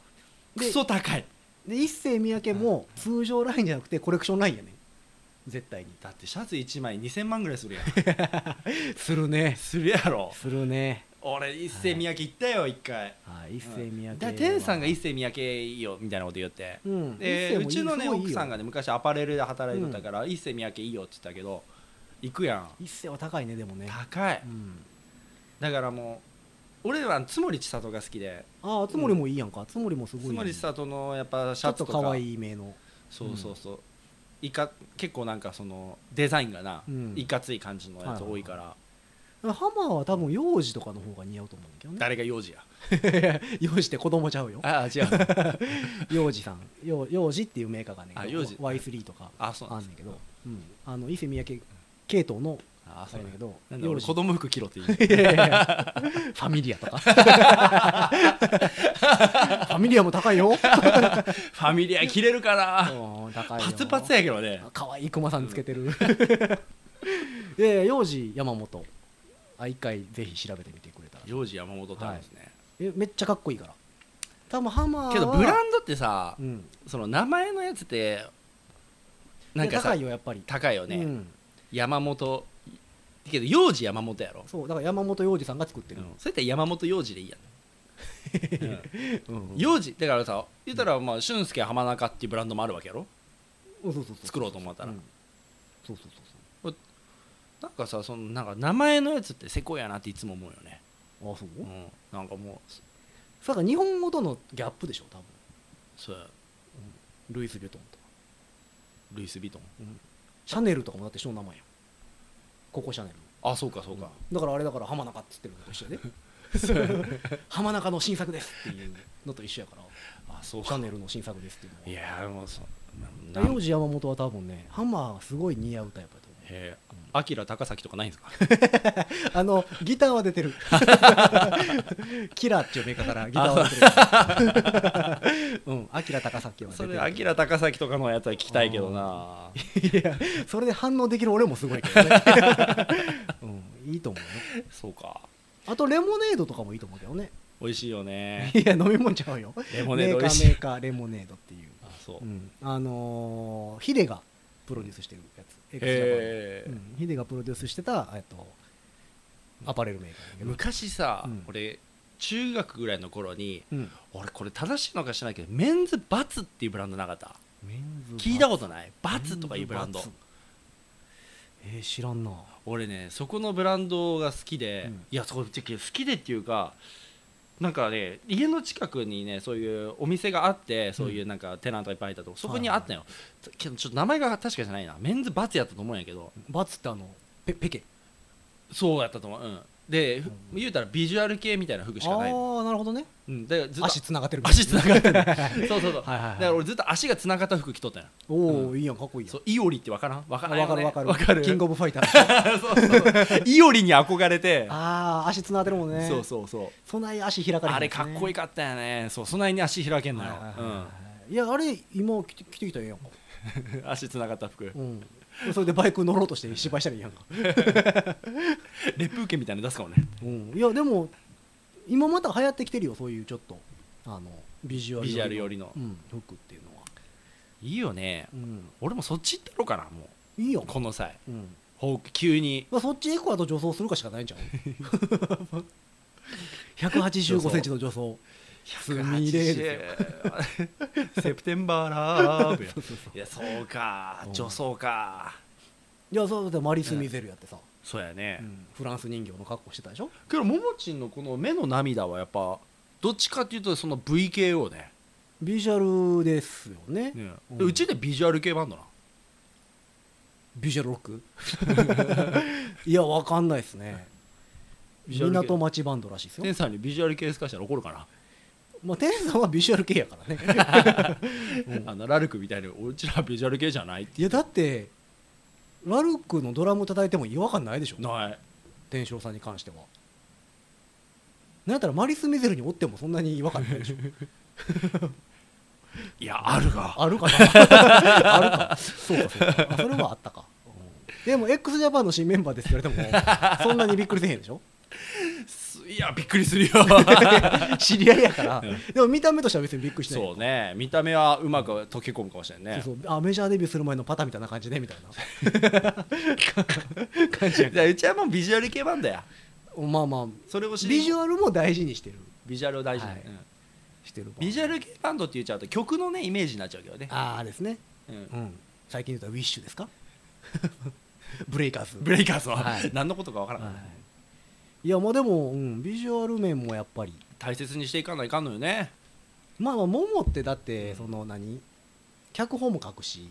C: ク
B: で
C: ソ高い
B: で一世三宅も通常ラインじゃなくてコレクションラインやねん絶対に
C: だってシャツ1枚2000万ぐらいするやん *laughs*
B: するね
C: するやろ
B: するね
C: 俺伊勢三宅行ったよ一回、
B: はい一世三宅
C: だ天さんが
B: い
C: 一世三宅いいよみたいなこと言って
B: うん一
C: で
B: 世も
C: う
B: いい
C: ちのね
B: すごいいいよ
C: 奥さんがね昔アパレルで働いてたから、一世三宅いいよって言ったけど行くやん
B: 一世は高いねでもね
C: 高い
B: うん
C: だからもう俺は津森千里が好きで
B: ああつもりもいいやんかつもりもすごい
C: 津
B: いい
C: 森千里のやっぱシ
B: ちょ
C: ャ
B: っ
C: ツ
B: と
C: とか
B: 可愛いめの
C: そうそうそう、いか結構なんかそのデザインがな、
B: うん
C: いかつい感じのやつ多いから、
B: ハマーは多分幼児とかの方が似合うと思うんだけどね
C: 誰が幼児や
B: 幼児って子供ちゃうよ
C: ああ違う
B: 幼児さん幼幼児っていうメーカーがね
C: あ幼児
B: Y3 とか
C: あそうな
B: あ
C: ん
B: ん
C: で
B: ね
C: す
B: んけど、うんあの伊勢三宅系統の
C: あ
B: あ
C: そう
B: れ
C: な
B: だ
C: ん
B: け
C: だ
B: ど
C: なんだ俺子供服着ろって言う
B: いやいやいやファミリア
C: *laughs*
B: とかファミリアも高いよ
C: ファミリア着れる
B: *laughs*
C: かな
B: うん高いよ
C: パツパツやけどね
B: 可愛いクマさんつけてる *laughs* いやいや幼児山本あ一回ぜひ調べてみてくれたら
C: 幼児山本ってあるんですね、
B: えめっちゃかっこいいから多分ハマーは
C: けどブランドってさ、
B: うん
C: その名前のやつってなんかさ
B: いや
C: 高
B: 高い
C: い
B: よ
C: よ
B: やっぱり
C: ね、
B: うん
C: 山本けど幼児山本やろ
B: そうだから山本洋二さんが作ってる、
C: それって山本幼児でいいや
B: *laughs*
C: ん、
B: うん
C: 幼児だからさ言ったらまあ俊介浜中っていうブランドもあるわけやろ
B: そうそうそう
C: 作ろうと思ったら、
B: うんそうそうそうそ
C: なんかさそのなんか名前のやつってせこいやなっていつも思うよね、
B: うあそう、
C: うん、なんかも
B: それから日本語とのギャップでしょ多分
C: そうや
B: ルイス・ビュトンとか、
C: ルイス・ビトン
B: シャネルとかもだって人の名前やんココシャネル
C: あそうかそうか、
B: だからあれだから浜中っつってるのと一緒やで
C: *laughs*
B: 浜中の新作ですっていうのと一緒やから
C: あそう
B: シャ
C: か
B: ネルの新作ですっていうのはい
C: やもうそな
B: 名字山本は多分ねハンマーがすごい似合うタイプだ
C: *laughs*
B: と思
C: へえアキラ高崎とかないんで
B: *laughs*
C: すか
B: うあのギターは出て
C: *laughs*
B: るキラーっていうメーカーからギターは出てる *laughs* うんアキラ高崎は出て
C: そ
B: る
C: れアキラ高崎とかのやつは聞きたいけどない
B: やそれで反応できる俺もすごいけど
C: *laughs*
B: ね、うん、いいと思うよ
C: そうか
B: あとレモネードとかもいいと思うけどね
C: 美味しい
B: *laughs*
C: よね
B: いや飲み物ちゃうよ
C: レモネード
B: メー
C: 美
B: カ
C: 味
B: ー
C: し
B: メ
C: い
B: ーカーレモネードっていう
C: あそ
B: う
C: う、
B: んあのーヒデがプロデュースしてるやつ x
C: へえ
B: うん、ヒデがプロデュースしてた、えっと、アパレルメーカーだけど
C: 昔さ、
B: うん
C: 俺中学ぐらいの頃に
B: うん、
C: 俺これ正しいのか知らないけどメンズバツっていうブランドなかった
B: メンズ
C: 聞いたことないバツとかいうブランド
B: メズバツえー、知らんな
C: 俺ねそこのブランドが好きで、
B: うん
C: いやそこ好きでっていうかなんかね家の近くにねそういうお店があってそういうなんかテナントがいっぱい入ったとこそこにあったよ、けどちょっと名前が確かじゃないなメンズバツやったと思うんやけど
B: バツってあのペペケ
C: そうやったと思ううんで、ふ言うたらビジュアル系みたいな服しかないの、
B: ああなるほどね
C: うん、だからずっと
B: 足つながってる
C: 足つながってる
B: *laughs*
C: そうそうそう、
B: はいはいはい
C: だから俺ずっと足がつながった服着とったよ
B: おお、いいやんかっこいいやん
C: そうイオリってわからんわか
B: あ
C: らん
B: わか
C: よ
B: る
C: ね
B: わかる
C: わかる
B: キングオブファイター
C: *laughs* イオリに憧れて
B: ああ足つながってるもんね
C: そうそうそう
B: そんなに足開かれ
C: あれかっこいい
B: か
C: かったよねそうそんなに足開けんの
B: はい
C: よ
B: はいはいはいいやあれ今着て着てきたらええやんか
C: うん足つながった服
B: うんそれでバイク乗ろうとして失敗したらいいやんか、
C: レプ受けみたいなの出すかもね
B: うん、いやでも今また流行ってきてるよそういうちょっとあのビジュアル
C: ビジュアル
B: よ
C: 寄
B: り
C: りの
B: うん、服っていうのは、
C: いいよね
B: うん、
C: 俺もそっち行ったろうかなも
B: いいよ
C: う、この際
B: うん
C: ほう急に
B: まあ、そっちエコアと女装するかしかないんちゃう *laughs* 185センチの女装すみれですよ *laughs*
C: 180セプテンバーラーブや
B: そうそうそう
C: いやそうか
B: うん
C: 女装か
B: いやそうだってマリス・ミゼルやってさ、
C: そうやね
B: うんフランス人形の格好してたでしょ
C: けどももちんのこの目の涙はやっぱどっちかっていうとその VKO ね
B: ビジュアルですよね
C: ね
B: うん
C: でうちでビジュアル系バンドな
B: ビジュアルロック *laughs* いやわかんないですね
C: ビジュアル系
B: 港町バンドらしいです
C: 天
B: よ、
C: さんにビジュアル系すかしたら怒るかな
B: まあ、テンさんはビジュアル系やからね *laughs* うん
C: あのラルクみたいにうちらはビジュアル系じゃないって
B: いやだってラルクのドラム叩いても違和感ないでしょ
C: ない
B: 天翔さんに関してはなんやったらマリス・ミゼルにおってもそんなに違和感ないでしょ
C: いやある
B: *laughs*
C: が
B: *laughs* あるかなあるかそうかそう *laughs* かあそれはあったか、うんでも x ジャパンの新メンバーですって言われ *laughs* てもそんなにびっくりせえへんでしょ
C: いやびっくりす
B: *laughs*
C: るよ
B: 知り合いやから
C: うん
B: でも見た目としては別にびっくりしない
C: そうね見た目はうまく溶け込むかもしれないね
B: そうそうあメジャーデビューする前のパタみたいな感じでみたいな
C: *laughs*
B: 感じや
C: じゃあうちはもうビジュアル系バンドや
B: まあまあ
C: それを知り
B: ビジュアルも大事にしてる
C: ビジュアルを大事に、
B: はい
C: うん
B: してる
C: ビジュア
B: ル
C: ル系バンドって言っちゃうと曲のねイメージになっちゃうけどね、
B: ああですね、
C: うん
B: うん、最近言うとウィッシュですか *laughs* ブレイカーズ
C: *laughs* ブレイカーズは、
B: はい
C: 何のことかわからない、
B: はい、いやまあでも、うん、ビジュアル面もやっぱり
C: 大切にしていかないかんのよね
B: まあまあモモってだって、
C: うん
B: その何脚本も書くし、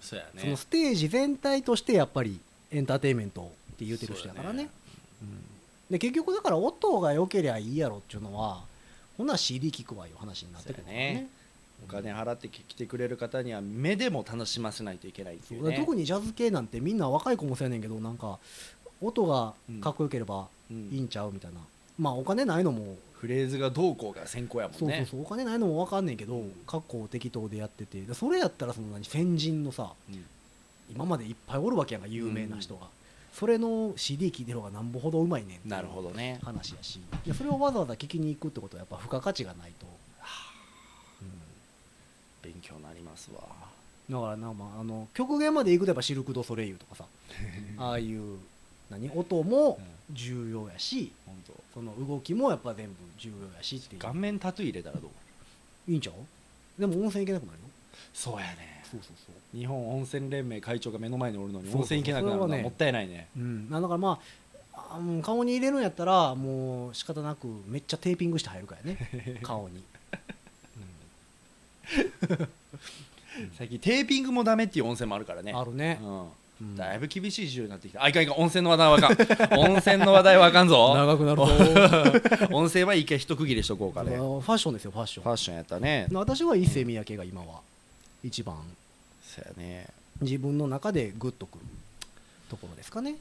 C: そうやね
B: そのステージ全体としてやっぱりエンターテインメントって言うてる人やから
C: そう
B: ね
C: や
B: うんで結局だから音が良けりゃいいやろっていうのはほな CD 聞くわいう話になってくるからね
C: お金払ってきてくれる方には目でも楽しませないといけないって
B: そう
C: い
B: だか
C: う
B: ら
C: ね
B: 特にジャズ系なんてみんな若い子もそうやねんけどなんか音がかっこよければ
C: うん
B: いいんちゃうみたいな、まあお金ないのも
C: フレーズがどうこうが先行やもんね
B: そうそうそうお金ないのも分かんねんけど過去適当でやっててでそれやったらその何先人のさ
C: うん
B: 今までいっぱいおるわけやんか有名な人が、それの CD 聴いてる方がなんぼほどうまいねんっていう
C: なるほどね
B: 話やしいやそれをわざわざ聞きに行くってことはやっぱ付加価値がないと、
C: 勉強になりますわ
B: だからな、まあ、あの極限まで行くとやっぱシルク・ド・ソレイユとかさああいう何音も重要やし
C: 本当
B: その動きもやっぱ全部重要やしっていう
C: 顔面タトゥー入れたらどう
B: いいんちゃうでも温泉行けなくなるよ
C: そうやね
B: そうそうそう
C: 日本温泉連盟会長が目の前におるのに
B: そうそう
C: 温泉行けなくなるの
B: それは
C: は
B: ね
C: もったいないね
B: うん、あだからまああもう顔に入れるんやったらもう仕方なくめっちゃテーピングして入るからね顔に、
C: 最近テーピングもダメっていう温泉もあるからね
B: あるね
C: う
B: うん
C: ん、だいぶ厳しい事情になってきたあいかんいかん温泉の話題はあ
B: *laughs*
C: かん温泉の話題はあかんぞ
B: 長くなると *laughs*
C: 温泉は一回一区切りしとこうかね
B: ファッションですよファッシ
C: フ
B: ョン
C: ァッションやったね
B: 私は伊勢三宅が今は一番
C: そうやね
B: 自分の中でグッとくるところですかね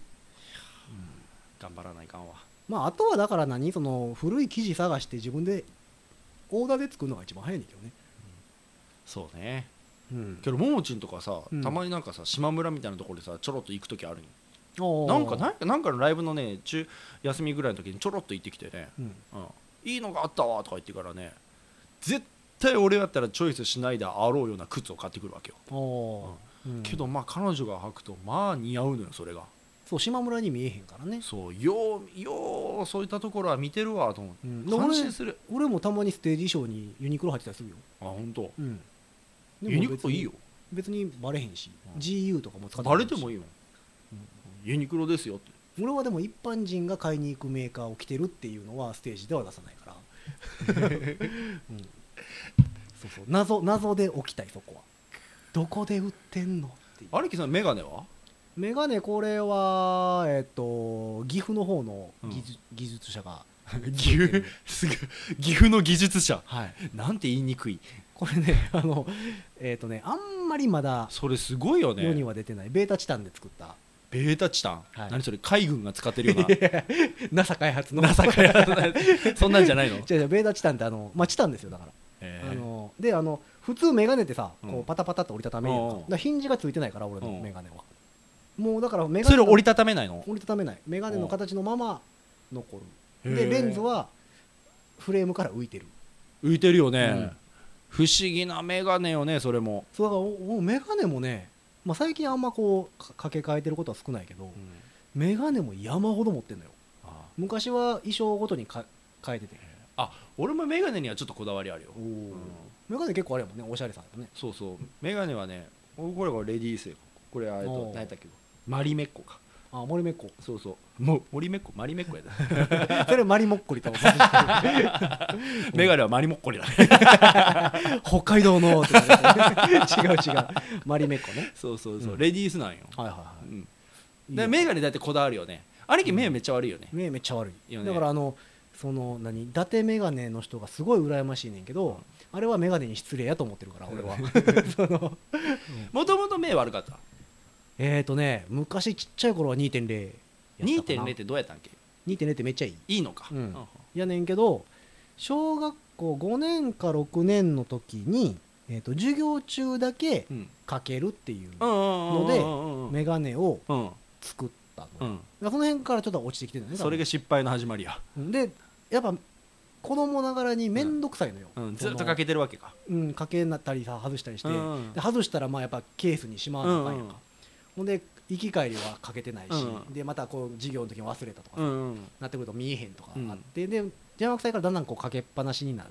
C: 頑張らないかんわ
B: まああとはだから何その古い生地探して自分でオーダーで作るのが一番早いねんだけどね
C: そうね
B: うん
C: けどももちんとかさ、
B: うん
C: たまになんかさ島村みたいなところでさちょろっと行く時あるんよ
B: おー
C: なんかなんかなんかのライブのね中休みぐらいの時にちょろっと行ってきてね、
B: うん
C: うん、いいのがあったわとか言ってからね絶対俺だったらチョイスしないであろうような靴を買ってくるわけよ、
B: おーうん
C: けどまあ彼女が履くとまあ似合うのよそれが
B: そう島村に見えへんからね
C: そうようようそういったところは見てるわと思
B: う
C: っ
B: ん
C: て感心する
B: 俺もたまにステージ衣装にユニクロ入ってたりするよ、
C: あ本当
B: うん、でも
C: ユニクロいいよ
B: 別に別にバレへんし、
C: うん
B: GU とかも使って
C: バレてもい
B: い
C: いよ、ユニクロですよって
B: 俺はでも一般人が買いに行くメーカーを着てるっていうのはステージでは出さないから、うん、そうそう謎謎で起きたいそこはどこで売ってんのっていう
C: アレキさん眼鏡は
B: メガネこれはえっと岐阜の方の技術,、技術者が
C: 岐阜すごい岐阜の技術者
B: はい
C: なんて言いにくい
B: これね *laughs* あのえっとねあんまりまだ
C: それすごいよ
B: 世に
C: ね
B: は出てない、ベータチタンで作った
C: ベータチタン、
B: はい
C: 何それ海軍が使ってるよ
B: NASA 開発
C: う
B: の
C: *laughs* な情けないそんなんじゃないの、
B: 違う違うベータチタンってあの、まあ、チタンですよだから、
C: え
B: あ
C: ー
B: のであの普通メガネってさ
C: うん
B: こうパタパタって折りたためるやんか
C: うんうん
B: だからヒンジがついてないから俺の
C: うん
B: メガネは、もうだからメガ
C: そ
B: ネ
C: れ
B: が
C: 折りたためないの
B: 折りたためないメガネの形のまま残る、
C: へ
B: で
C: ー
B: レンズはフレームから浮いてる
C: 浮いてるよね、
B: うん
C: 不思議な眼鏡よねそれも、
B: そうだからおおメガネもね、まあ、最近あんまこうか掛け替えてることは少ないけど、メガネも山ほど持ってんのよ
C: あ
B: 昔は衣装ごとにか変えてて
C: 俺も眼鏡にはちょっとこだわりあるよ、うん
B: メガネ結構あれやもんねおしゃれさんやもんね
C: そうそう眼鏡はねこれがレディースよこれあれ
B: おう
C: と何やったっけマリメッコか
B: あ森めっ
C: *laughs*
B: こ
C: そうそうもう森めっこマリメッ *laughs* コやで
B: それマリモッコリと混ぜてる *laughs*
C: *laughs* 眼鏡はマリモッコリだね
B: 北海道のとか言って *laughs* 違う違うマリめっこね
C: *laughs* そうそうそう、
B: うん
C: レディースなんよ、
B: はいはいは
C: うん、
B: い
C: で
B: いい
C: 眼
B: よ
C: 鏡だってこだわるよね兄貴目めっちゃ悪いよね、
B: 目めっちゃ悪い
C: いいよね
B: だからあのその何伊達メガネの人がすごい羨ましいねんけどあれはメガネに失礼やと思ってるから俺は *laughs* その
C: もともと目悪かった
B: えーとね昔ちっちゃい頃は2.0やったかな
C: 2.0ってどうやったんっけ
B: 2.0ってめっちゃいい
C: いいのか、
B: うんやねんけど小学校5年か6年の時に、えー、と授業中だけ
C: うん
B: かけるっていう
C: うんうんうんうんうん
B: メガネを
C: うん
B: 作ったの、だか
C: うん
B: らその辺からちょっと落ちてきてるのね多分
C: それが失敗の始まりや、
B: うんでやっぱ子供ながらに面倒くさいのよ、
C: うん、ずっとかけてるわけか
B: そのうんかけなったりさ外したりして、
C: うん
B: で外したらまあやっぱケースにしまわなあかんやん
C: うんうん
B: か、ほんで行き帰りはかけてないし、
C: うん
B: でまたこう授業の時に忘れたとかさ、
C: うんうん
B: なってくると見えへんとかあって、で邪魔くさいからだんだんこうかけっぱなしになる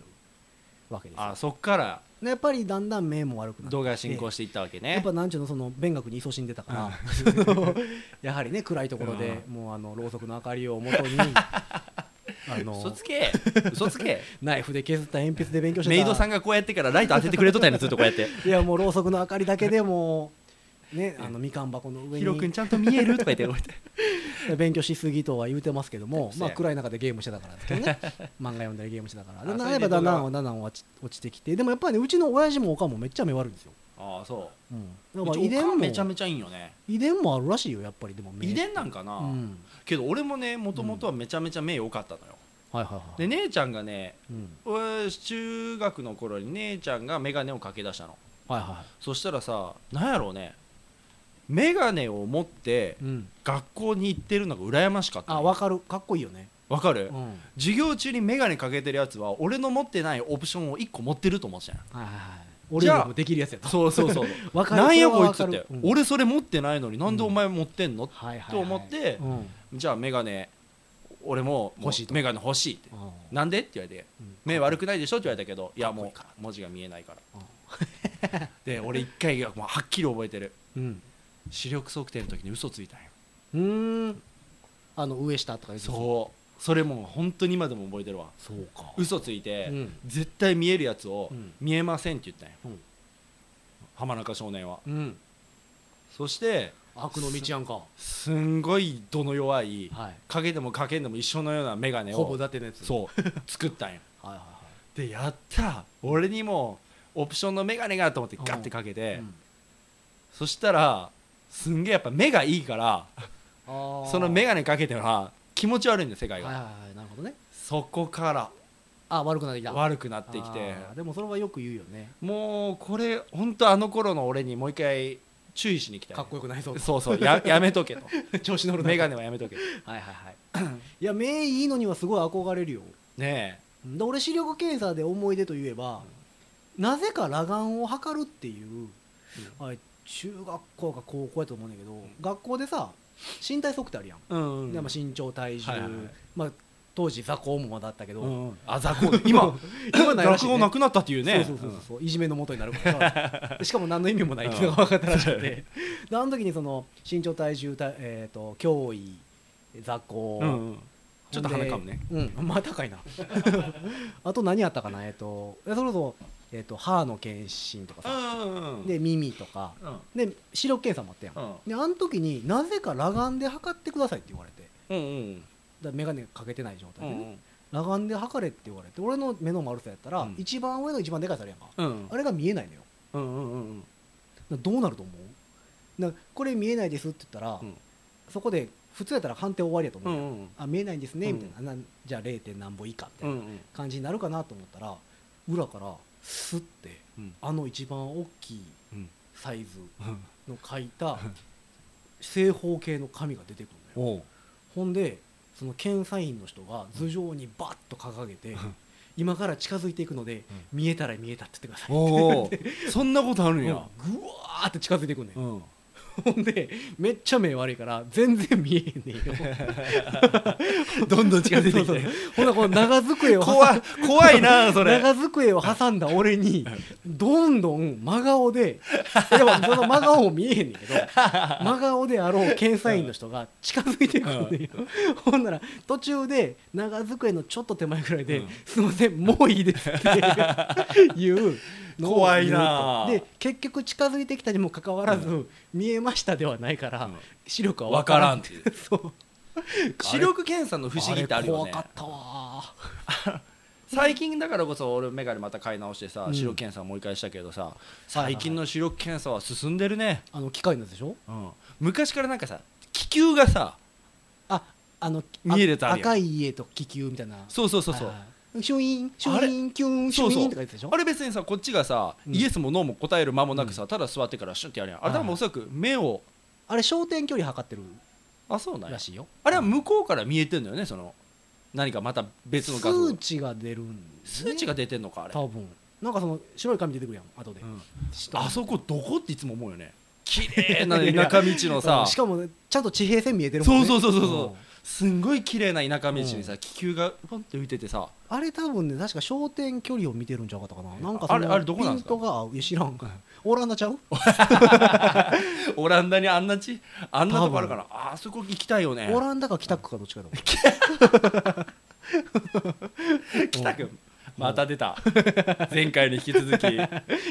B: わけですよ
C: あそっから
B: でやっぱりだんだん目も悪くなって
C: 動画進行していったわけね
B: やっぱなんちゅうのその勉学に勤しんでたから、その *laughs* やはりね暗いところで、もうあのろうそくの明かりを元
C: *laughs*
B: にあ
C: 嘘
B: の *laughs*
C: つけ嘘つけ
B: ナイフで削った鉛筆で勉強してた
C: メイドさんがこうやってからライト当ててくれとったんやつずっとこうやって
B: いやもうろうそくの明かりだけでもうねあのみかん箱の上
C: ヒロ君
B: に
C: ちゃんと見えるとか言ってこう
B: *laughs*
C: やって
B: 勉強しすぎとは言うてますけども、
C: そう
B: ま
C: や
B: あ、暗い中でゲームしてたからですけどね *laughs* 漫画読んだりゲームしてたからで
C: あ
B: な
C: そ
B: ん
C: れ
B: やっぱ
C: で
B: だんだ
C: 動
B: んだんだん落ち落ちてきてでもやっぱりねうちの親父もおかんもめっちゃ目悪いんですよ、、
C: ああそううんう
B: だか
C: ち
B: ら遺伝
C: おか
B: も
C: んめちゃめちゃいいんよね
B: 遺伝もあるらしいよやっぱりでも目
C: 遺伝なんかな、
B: うん、
C: けど俺もねもともとはめちゃめちゃ目良かったのよ、
B: はいはいはい
C: で姉ちゃんがね
B: うん、
C: 俺中学の頃に姉ちゃんが眼鏡をかけ出したの
B: はいは
C: そしたらさなんやろうね眼鏡を持って
B: い、うん、
C: 学校に行ってるのが羨ましかったの
B: あわかるかっこいいよね、
C: わかる、
B: うん、はい
C: 授業中に眼鏡かけてるやつは俺の持ってないオプションを1個持ってると思うじゃん
B: はいはい俺よりもできるやつやと
C: そうそうそう
B: わかる
C: なんやこい
B: そ
C: つっ
B: れ
C: て
B: はわか、るうん
C: 俺それ持ってないのになんでお前持ってんの、
B: はいはいはい
C: と思って
B: うんうん
C: じゃあ眼鏡俺も
B: 欲しいと
C: 眼鏡欲しいってなんでって言われて
B: うん
C: 目悪くないでしょって言われたけどいや
B: かっこい
C: も
B: いから
C: う文字が見えないから
B: うん
C: *laughs* で俺一回がもうはっきり覚えてる
B: うん
C: 視力測定の時に嘘ついたんよ
B: うーんあの上下とか言う
C: そうそれもう本当に今でも覚えてるわ
B: そうか
C: 嘘ついて、
B: うん
C: 絶対見えるやつを、
B: うん
C: 見えませんって言ったん
B: う
C: や、
B: ん
C: 浜中少年は
B: うん
C: そして
B: 悪の道やんか
C: すんごい度の弱い
B: はい
C: かけてもかけんでも一緒のような眼鏡を
B: ほぼだてのやつ
C: そう
B: *laughs*
C: 作ったんや
B: はいは
C: でやった俺にもオプションの眼鏡がと思ってガッてか
B: いは
C: け
B: い
C: て、
B: うん
C: そしたらすんげえやっぱ目がいいか
B: あ
C: ら
B: ー
C: その眼鏡かけては気持ち悪いんだよ世界が、
B: はいはいはいなるほどね
C: そこから
B: あ悪くなってきた
C: 悪くなってきて
B: あーでもそれはよく言うよね
C: もうこれ本当あの頃の俺にもう一回注意しに来たい
B: かっこよくないぞ
C: そうそうや *laughs* やめとけと
B: *laughs* 調子乗るな
C: 眼鏡はやめとけ
B: はいはいはいいや目いいのにはすごい憧れるよ
C: ね
B: で俺視力検査で思い出といえば、なぜか裸眼を測るっていう、あれ中学校か高校やと思うんだけど、学校でさ身体測定あるやん、
C: えうんうん
B: でまあ、身長体重、
C: はいはいはい
B: まあ、当時雑魚もだったけど、
C: うんうんあ雑 *laughs*
B: *laughs*
C: 魚今
B: 今ないらしいね
C: 落語なくなったっていうね
B: そうそうそうそう、いじめの元になるからさしかも何の意味もないっていうのが分かったらしくて、であの時にその身長体重体、えー、と脅威雑魚、
C: うんうんうんちょっと鼻かむね
B: ほんでうんまあ高いな *laughs* あと何あったかなえっ、といやそれこそ、えっと歯の検診とか
C: う
B: さ、
C: んうんうん
B: で耳とか
C: うん
B: で視力検査もあったやん、
C: うん
B: であの時になぜか裸眼で測ってくださいって言われてだか
C: うん
B: ら眼鏡かけてない状態
C: う
B: でね、
C: ん
B: 裸眼で測れって言われて俺の目の丸さやったら、
C: うん
B: 一番上の一番でかいやつあるやんか、
C: うん
B: あれが見えないのよ
C: うんうんうん
B: などうなると思うなこれ見えないですって言ったら、
C: うん
B: そこで普通やったら判定終わりやと思
C: う
B: う、
C: ん
B: やん
C: うん
B: あ見えないんですね
C: うん
B: みたいな,な、じゃあ 0. 点何本以下みた
C: う
B: い
C: ん
B: な
C: うん
B: 感じになるかなと思ったら裏からスッて、
C: うん
B: あの一番大きい
C: うん
B: サイズの書いた正方形の紙が出てくるのよ
C: おう
B: ほんでその検査員の人が頭上にバッと掲げて、
C: ん
B: 今から近づいていくので、見えたら見えたって言ってください
C: おうそんなことあるん
B: うんぐ
C: や
B: わーって近づいていくんねん
C: うん
B: ほんでめっちゃ目悪いから全然見えへんねんよ *laughs*
C: どんどん近づいて
B: そう
C: き
B: そう
C: て
B: ほんならこの長机を挟ん
C: 怖い怖いなそれ
B: 長机を挟んだ俺にどんどん真顔ででもその真顔も見えへんねんけど真顔であろう検査員の人が近づいてくるんよ、ほんなら途中で長机のちょっと手前ぐらいで「
C: うん
B: すいませんもういいです」っていうのを
C: 怖いな
B: 言うとで結局近づいてきたにもかかわらず、見えましたではないから、
C: うん
B: 視力は
C: わ
B: 分
C: か
B: からら
C: ん
B: ん
C: っていう
B: そう
C: 視力検査の不思議ってあるよね
B: あれ怖かったわ
C: 最近だからこそ俺メガネまた買い直してさ
B: うん
C: 視力検査もう一回したけどさ最近の視力検査は進んでるね、
B: あの機械のやつでしょ
C: うん、昔からなんかさ気球がさ
B: ああの
C: 見えるやつあるやん
B: 赤い家と気球みたいな
C: そうそうそうそう、
B: はいはいシュイーンシュイーンキュンシュ
C: そう
B: イ
C: そ
B: ーンと
C: う
B: か言ってたでしょ
C: あれ別にさこっちがさ、
B: うん
C: イエスもノーも答える間もなくさ、ただ座ってからシュンってやるやんあれ多
B: はいは
C: 分
B: い
C: おそらく目を
B: あれ焦点距離測ってる
C: あそうなんや
B: らしいよ
C: あれは向こうから見えてんのよねその何かまた別の画像
B: 数値が出るんだよね
C: 数値が出てんのかあれ、
B: 多分なんかその白い紙出てくるやん後で
C: うん
B: 知った
C: あそこどこっていつも思う
B: *laughs*
C: よね綺麗な田舎道の
B: う
C: さ
B: んしかもねちゃんと地平線見えてるもんね
C: そうそうそうそうそうんすんごい綺麗な田舎道にさ、気球がポンって浮いててさ
B: あれ多分ね確か焦点距離を見てるんじゃなかったかななんか
C: あれあれどこ
B: ピ
C: なん
B: ン
C: ですか
B: トが合ういや知らんオランダちゃう
C: オランダにあんなちあんなと
B: 多
C: こ
B: 分
C: あるからあそこ行きたいよね
B: オランダか北区かどっちか
C: *laughs*
B: だもん
C: 北くんまた出た前回に引き続き
B: ち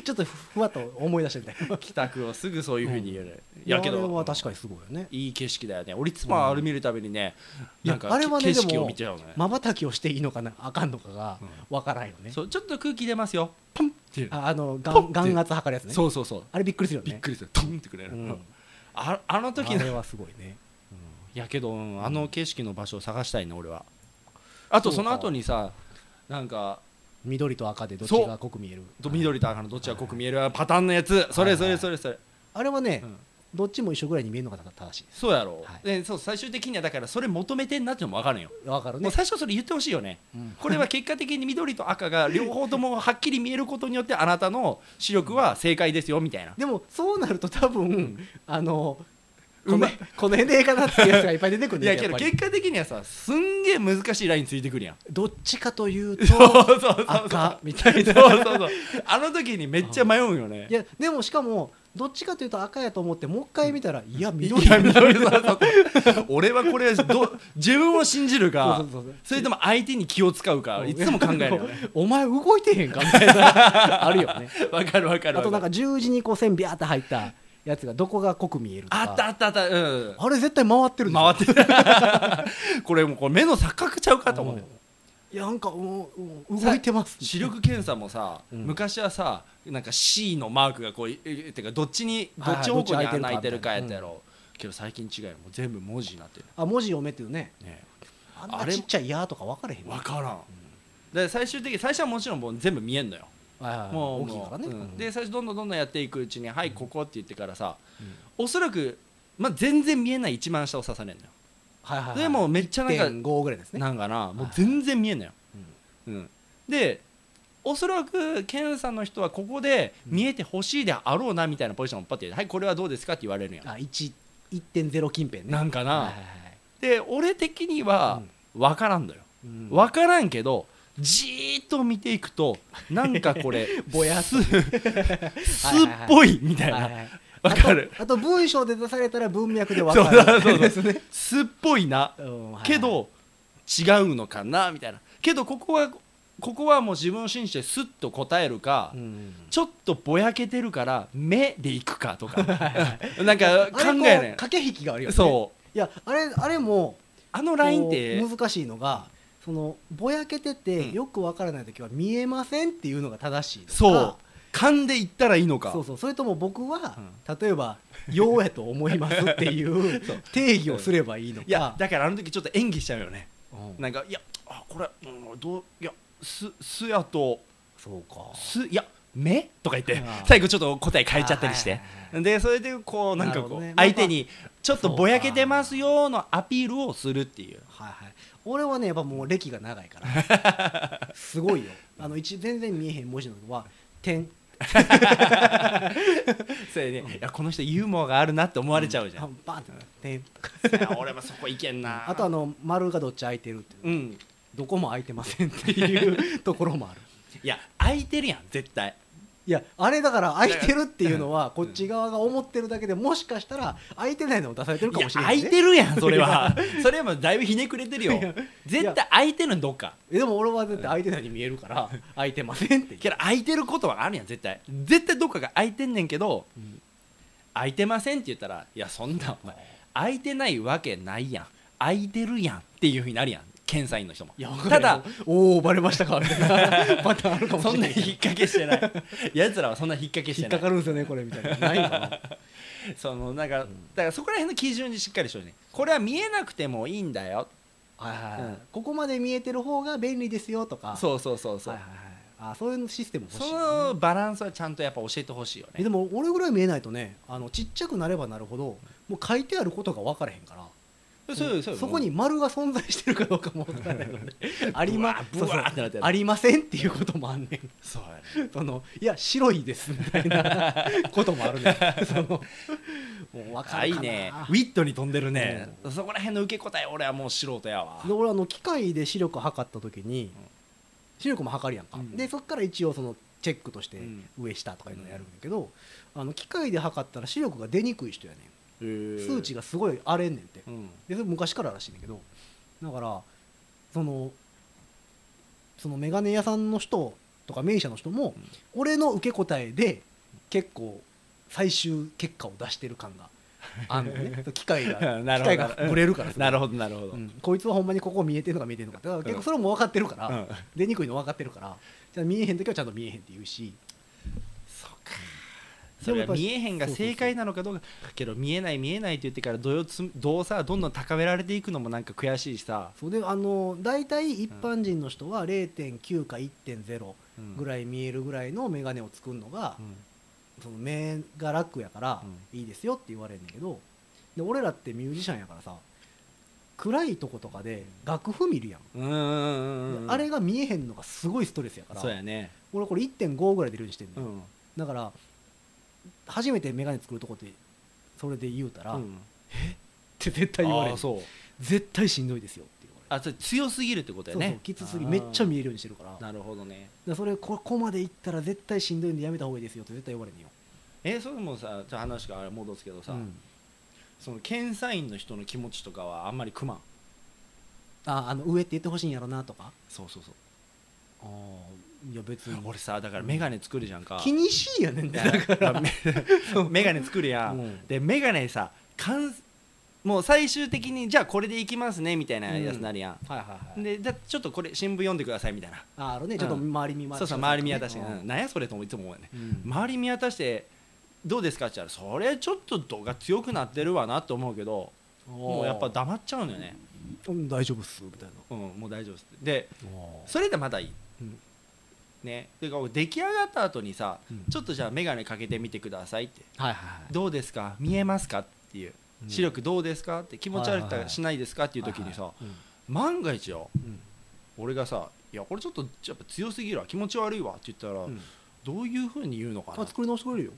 B: ょっとふわっと思い出してみたい
C: 北くんはすぐそういうふうに言うね、
B: い
C: いやけど
B: あれは確かにすごいよね
C: いい景色だよね俺いつもあれ見るたびにね、
B: うん
C: なんか
B: いやあれはね
C: 景色
B: で
C: を
B: も
C: 見ちゃうよね
B: まばたきをしていいのかなあかんのかがわからんよね、
C: そうちょっと空気出ますよポンっていう、
B: ああのが
C: ポンっ
B: ん
C: て
B: 眼圧測るやつね
C: そうそうそう、
B: あれびっくりするよね
C: びっくりするトンってくれる、
B: うん
C: ああの時
B: あ
C: の
B: れはすごいね
C: いやけど、うんあの景色の場所を探したいな俺はあと
B: そ
C: そう
B: か
C: の後にさなんか
B: 緑と赤でどっちが濃く見える
C: ど緑と赤のどっちが濃く見えるパターンのやつそれそれそれそれ、
B: あれはね、
C: うん
B: どっちも一緒ぐらいに見えるのが正しいで
C: そうやろ、
B: はい
C: でそう最終的にはだからそれ求めてんなってのも分かるんよ、
B: すわかる
C: も
B: ね
C: う最初それ言ってほしいよね
B: うん
C: これは結果的に緑と赤が *laughs* 両方ともはっきり見えることによってあなたの視力は正解ですよみたいな
B: でもそうなると多分、あの
C: う
B: こ
C: ま
B: の
C: い
B: この辺でええかなっていうやつがいっぱい出てくる
C: い
B: ね
C: やけ
B: や
C: ど
B: っぱり
C: 結果的にはさすんげえ難しいラインついてくる
B: *laughs*
C: やん
B: どっちかというと
C: そうそうそうそう
B: 赤みたいな
C: そうそうそうあの時にめっちゃ迷うよね
B: いやでもしかもどっちかというと赤やと思ってもう一回見たらいや緑
C: いや緑沢さん俺はこれど自分を信じるか
B: そうそうそうそう
C: それとも相手に気を使うかいつも考えるよね
B: *laughs* お前動いてへんかみたい
C: *laughs*
B: なあるよね
C: わかるわかる
B: あ
C: わ
B: となん
C: か
B: か
C: る
B: 十字にこう線ビャーって入ったやつがどこが濃く見えるとか
C: あったあったあったうん
B: あれ絶対回ってるでしょ
C: 回
B: *laughs*
C: ってるこれもうこれ目の錯覚ちゃうかと思うよ
B: いやなんかもうもう動いてます
C: 視力検査もさ、
B: うん
C: 昔はさなんか C のマークがこういえてかどっちにどっち方向に穴開いてるかやったやろけど最近違うよもう全部文字になってる
B: あ文字読めっていうね
C: ね
B: あんなちっちゃい「や」とか分かれへん
C: 分からん、で最終的に最初はもちろんもう全部見えんのよ
B: も
C: もう
B: う大きいからね、
C: もううん
B: うん
C: で最初どんどんどんどんやっていくうちに「はいここ」って言ってからさ、おそらく、まあ、全然見えない一番下を刺されるのよ、
B: はいはいはい
C: でもうめっちゃなんか
B: 1.5ぐらいですね
C: なんかなもう全然見えんのよ、うんでおそらく検査の人はここで見えてほしいであろうなみたいなポジションをパッて「はいこれはどうですか?」って言われるんや
B: あ1 1.0近辺ね
C: なんかな、
B: はいはいはい
C: で俺的には分からんのよ
B: うん
C: 分からんけどじーっと見てい
B: *laughs*
C: くとなんかこれ
B: ぼやっ *laughs*
C: す *laughs* すっぽいみたい
B: はい
C: な
B: はい
C: わかる
B: あとあと文章で出されたら文脈で分
C: そう
B: かる
C: そうそう
B: ですね
C: すっぽいな
B: うんはいはい
C: けど違うのかなみたいなけどここはここはもう自分を信じてスッと答えるか、
B: うん
C: ちょっとぼやけてるから目でいくかとかなんか考え
B: あれ
C: な
B: こう
C: い
B: 駆け引きがあるよね
C: そう
B: いやあれあれも
C: あのラインって
B: こう難しいのがそのぼやけてて
C: うん
B: よく分からない時は見えませんっていうのが正しいのか
C: そう噛んでいったらいいのか
B: そうそうそれとも僕は、例えば「ようやと思います」っていう
C: *laughs*
B: 定義をすればいいのか
C: いやだからあの時ちょっと演技しちゃうよね
B: うん
C: なんかいやあこれ、うん、どういやすすやと
B: そうか
C: すいや目とか言って
B: あー
C: 最後ちょっと答え変えちゃったりし
B: あ
C: て
B: はいはいはい
C: でそれでこうなん
B: な
C: か
B: るほど
C: こう
B: ねまあ
C: 相手にちょっとぼやけてますよのアピールをするっていう
B: はいはい俺はねやっぱもう歴が長いから *laughs* すごいよあの一全然見えへん文字のは「点」
C: それでいやこの人ユーモアがあるなって思われちゃうじゃ
B: あ
C: ん
B: バンって「点」とか
C: いや *laughs* 俺もそこいけんな
B: あとあの「丸がどっち空いてる」っていう
C: うん
B: どこも空いてませんっていうところ *laughs* もある
C: いや空いてるやん絶対
B: いやあれだから空いてる *laughs* っていうのはこっち側が思ってるだけでもしかしたら空いてないのを出されてる
C: い
B: か
C: や
B: もしれ
C: 空
B: ない,、ね、
C: いてるやんそれは *laughs* それはもうだいぶひねくれてるよ
B: いや
C: 絶対空いてるんどっか
B: えでも俺はだって空いてないように見えるから空いてませんって
C: けど空いてることはあるやん絶対絶対どっかが空いてんねんけど、
B: ん
C: 空いてませんって言ったらいやそんなお前空いてないわけないやん空いてるやんっていうふうになるやん検査員の人も
B: いや
C: ただ
B: おおバレま
C: *laughs*
B: したかみたいなパターンあるかもし
C: そ
B: れ
C: ん
B: な
C: ない引っ掛けしてないやつらはそんな引っ掛け
B: *laughs* 引
C: して
B: っ
C: な
B: かか
C: い
B: るんですよねこれみたいな *laughs* ないかな
C: そのなんか、だからそこら辺の基準にしっかりしようねこれは見えなくてもいいんだよ
B: はいはいはい
C: うん
B: ここまで見えてる方が便利ですよとか
C: そうそうそうそう、
B: はいはいはいあそういうシステム欲しい
C: そ
B: ね、
C: のバランスはちゃんとやっぱ教えてほしいよ
B: え
C: ね
B: でも俺ぐらい見えないとねあのちっちゃくなればなるほどもう書いてあることが分からへんから
C: そうそう
B: こに丸が存在してるかどうかも分からないので
C: *laughs*
B: ありま
C: ブワーブワーってなってる
B: ありませんっていうこともあんねん
C: そうやね
B: そのいや白いですみたいなこともあるねそのもう分か
C: あい
B: る
C: い
B: かな
C: ねウィットに飛んでるね、そこら辺の受け答え俺はもう素人やわ
B: で俺あの機械で視力測った時に、視力も測るやんか、
C: うん
B: でそっから一応そのチェックとして
C: うん
B: 上下とかいうのをやるんだけど、あの機械で測ったら視力が出にくい人やねん数
C: 数
B: 値がすごい荒れんねんって、
C: うん
B: でそれ昔かららしいんだけどだからそのその眼鏡屋さんの人とか名医者の人も、
C: うん
B: 俺の受け答えで結構最終結果を出してる感があんの
C: *laughs*
B: ね機械が
C: な
B: 機械
C: るほど
B: がブレるからすごい
C: なるほどなるほど、
B: うんこいつはほんまにここ見えてるのか見えてるのかだから結構それも分かってるから、
C: うん
B: 出にくいの分かってるからじゃあ見えへん時はちゃんと見えへんって言うし
C: そうかそれが見えへんが正解なのかどうかけど見えない見えないって言ってからどよつどうさどんどん高められていくのもなんか悔しいしさ、
B: そうであの大体一般人の人は0.9か1.0
C: うん
B: ぐらい見えるぐらいの眼鏡を作るのが、
C: うん
B: その目が楽やからいいですよって言われるんだけどで俺らってミュージシャンやからさ暗いとことかで楽譜見るやん、
C: うんうんうんうん
B: あれが見えへんのがすごいストレスやから
C: そうやね
B: 俺これ1.5ぐらい出るようにしてんのよ、
C: うん
B: だから初めて眼鏡作るとこってそれで言うたら、
C: う
B: っ
C: ん
B: て絶対言われ
C: あ
B: る
C: ーそう
B: 絶対しんどいですよって言われる
C: あそれ強すぎるってことや
B: そう
C: ね
B: そうきつすぎめっちゃ見えるようにしてるから
C: あーなるほどね
B: だからそれここまでいったら絶対しんどいんでやめた方がいいですよって絶対言われるよ
C: えそれもさちょっと話があれ戻すけどさ、
B: うん
C: その検査員の人の気持ちとかはあんまりくまん
B: ああの上って言ってほしいんやろなとか
C: そうそうそう
B: あーいや別に
C: 俺さだから眼鏡作るじゃんか
B: 気にしいやねん
C: い
B: て
C: や
B: だか
C: まあめ *laughs* 眼鏡作るや
B: ら、
C: ん、
B: うん
C: で眼鏡さかんもう最終的にじゃあこれでいきますねみたいなやつになるやん、
B: はいはいはい
C: でじゃあちょっとこれ新聞読んでくださいみたいな
B: ああのねちょっと周り見回
C: そうそう周り見渡して、
B: ね
C: うん、何やそれともいつも思うよね
B: うん
C: 周り見渡してどうですかって言ったらそれちょっと度が強くなってるわなと思うけどもうやっぱ黙っちゃうのよね、
B: うん大丈夫っすみたいな
C: うん、もう大丈夫ですでそれでまだいい、
B: うん
C: ねてか出来上がった後にさ、
B: うん
C: ちょっとじゃあ眼鏡かけてみてくださいって
B: はいはいはい
C: どうですか見えますかっていう、
B: うん
C: 視力どうですかって気持ち悪
B: はいはい
C: く
B: はい
C: しないですかっていう時にさ、
B: はいはい
C: 万が一よ
B: うん
C: 俺がさ「いやこれちょっとやっぱ強すぎるわ気持ち悪いわ」って言ったら、
B: うん
C: どういうふうに言うのかな
B: あ作り直してくれるよ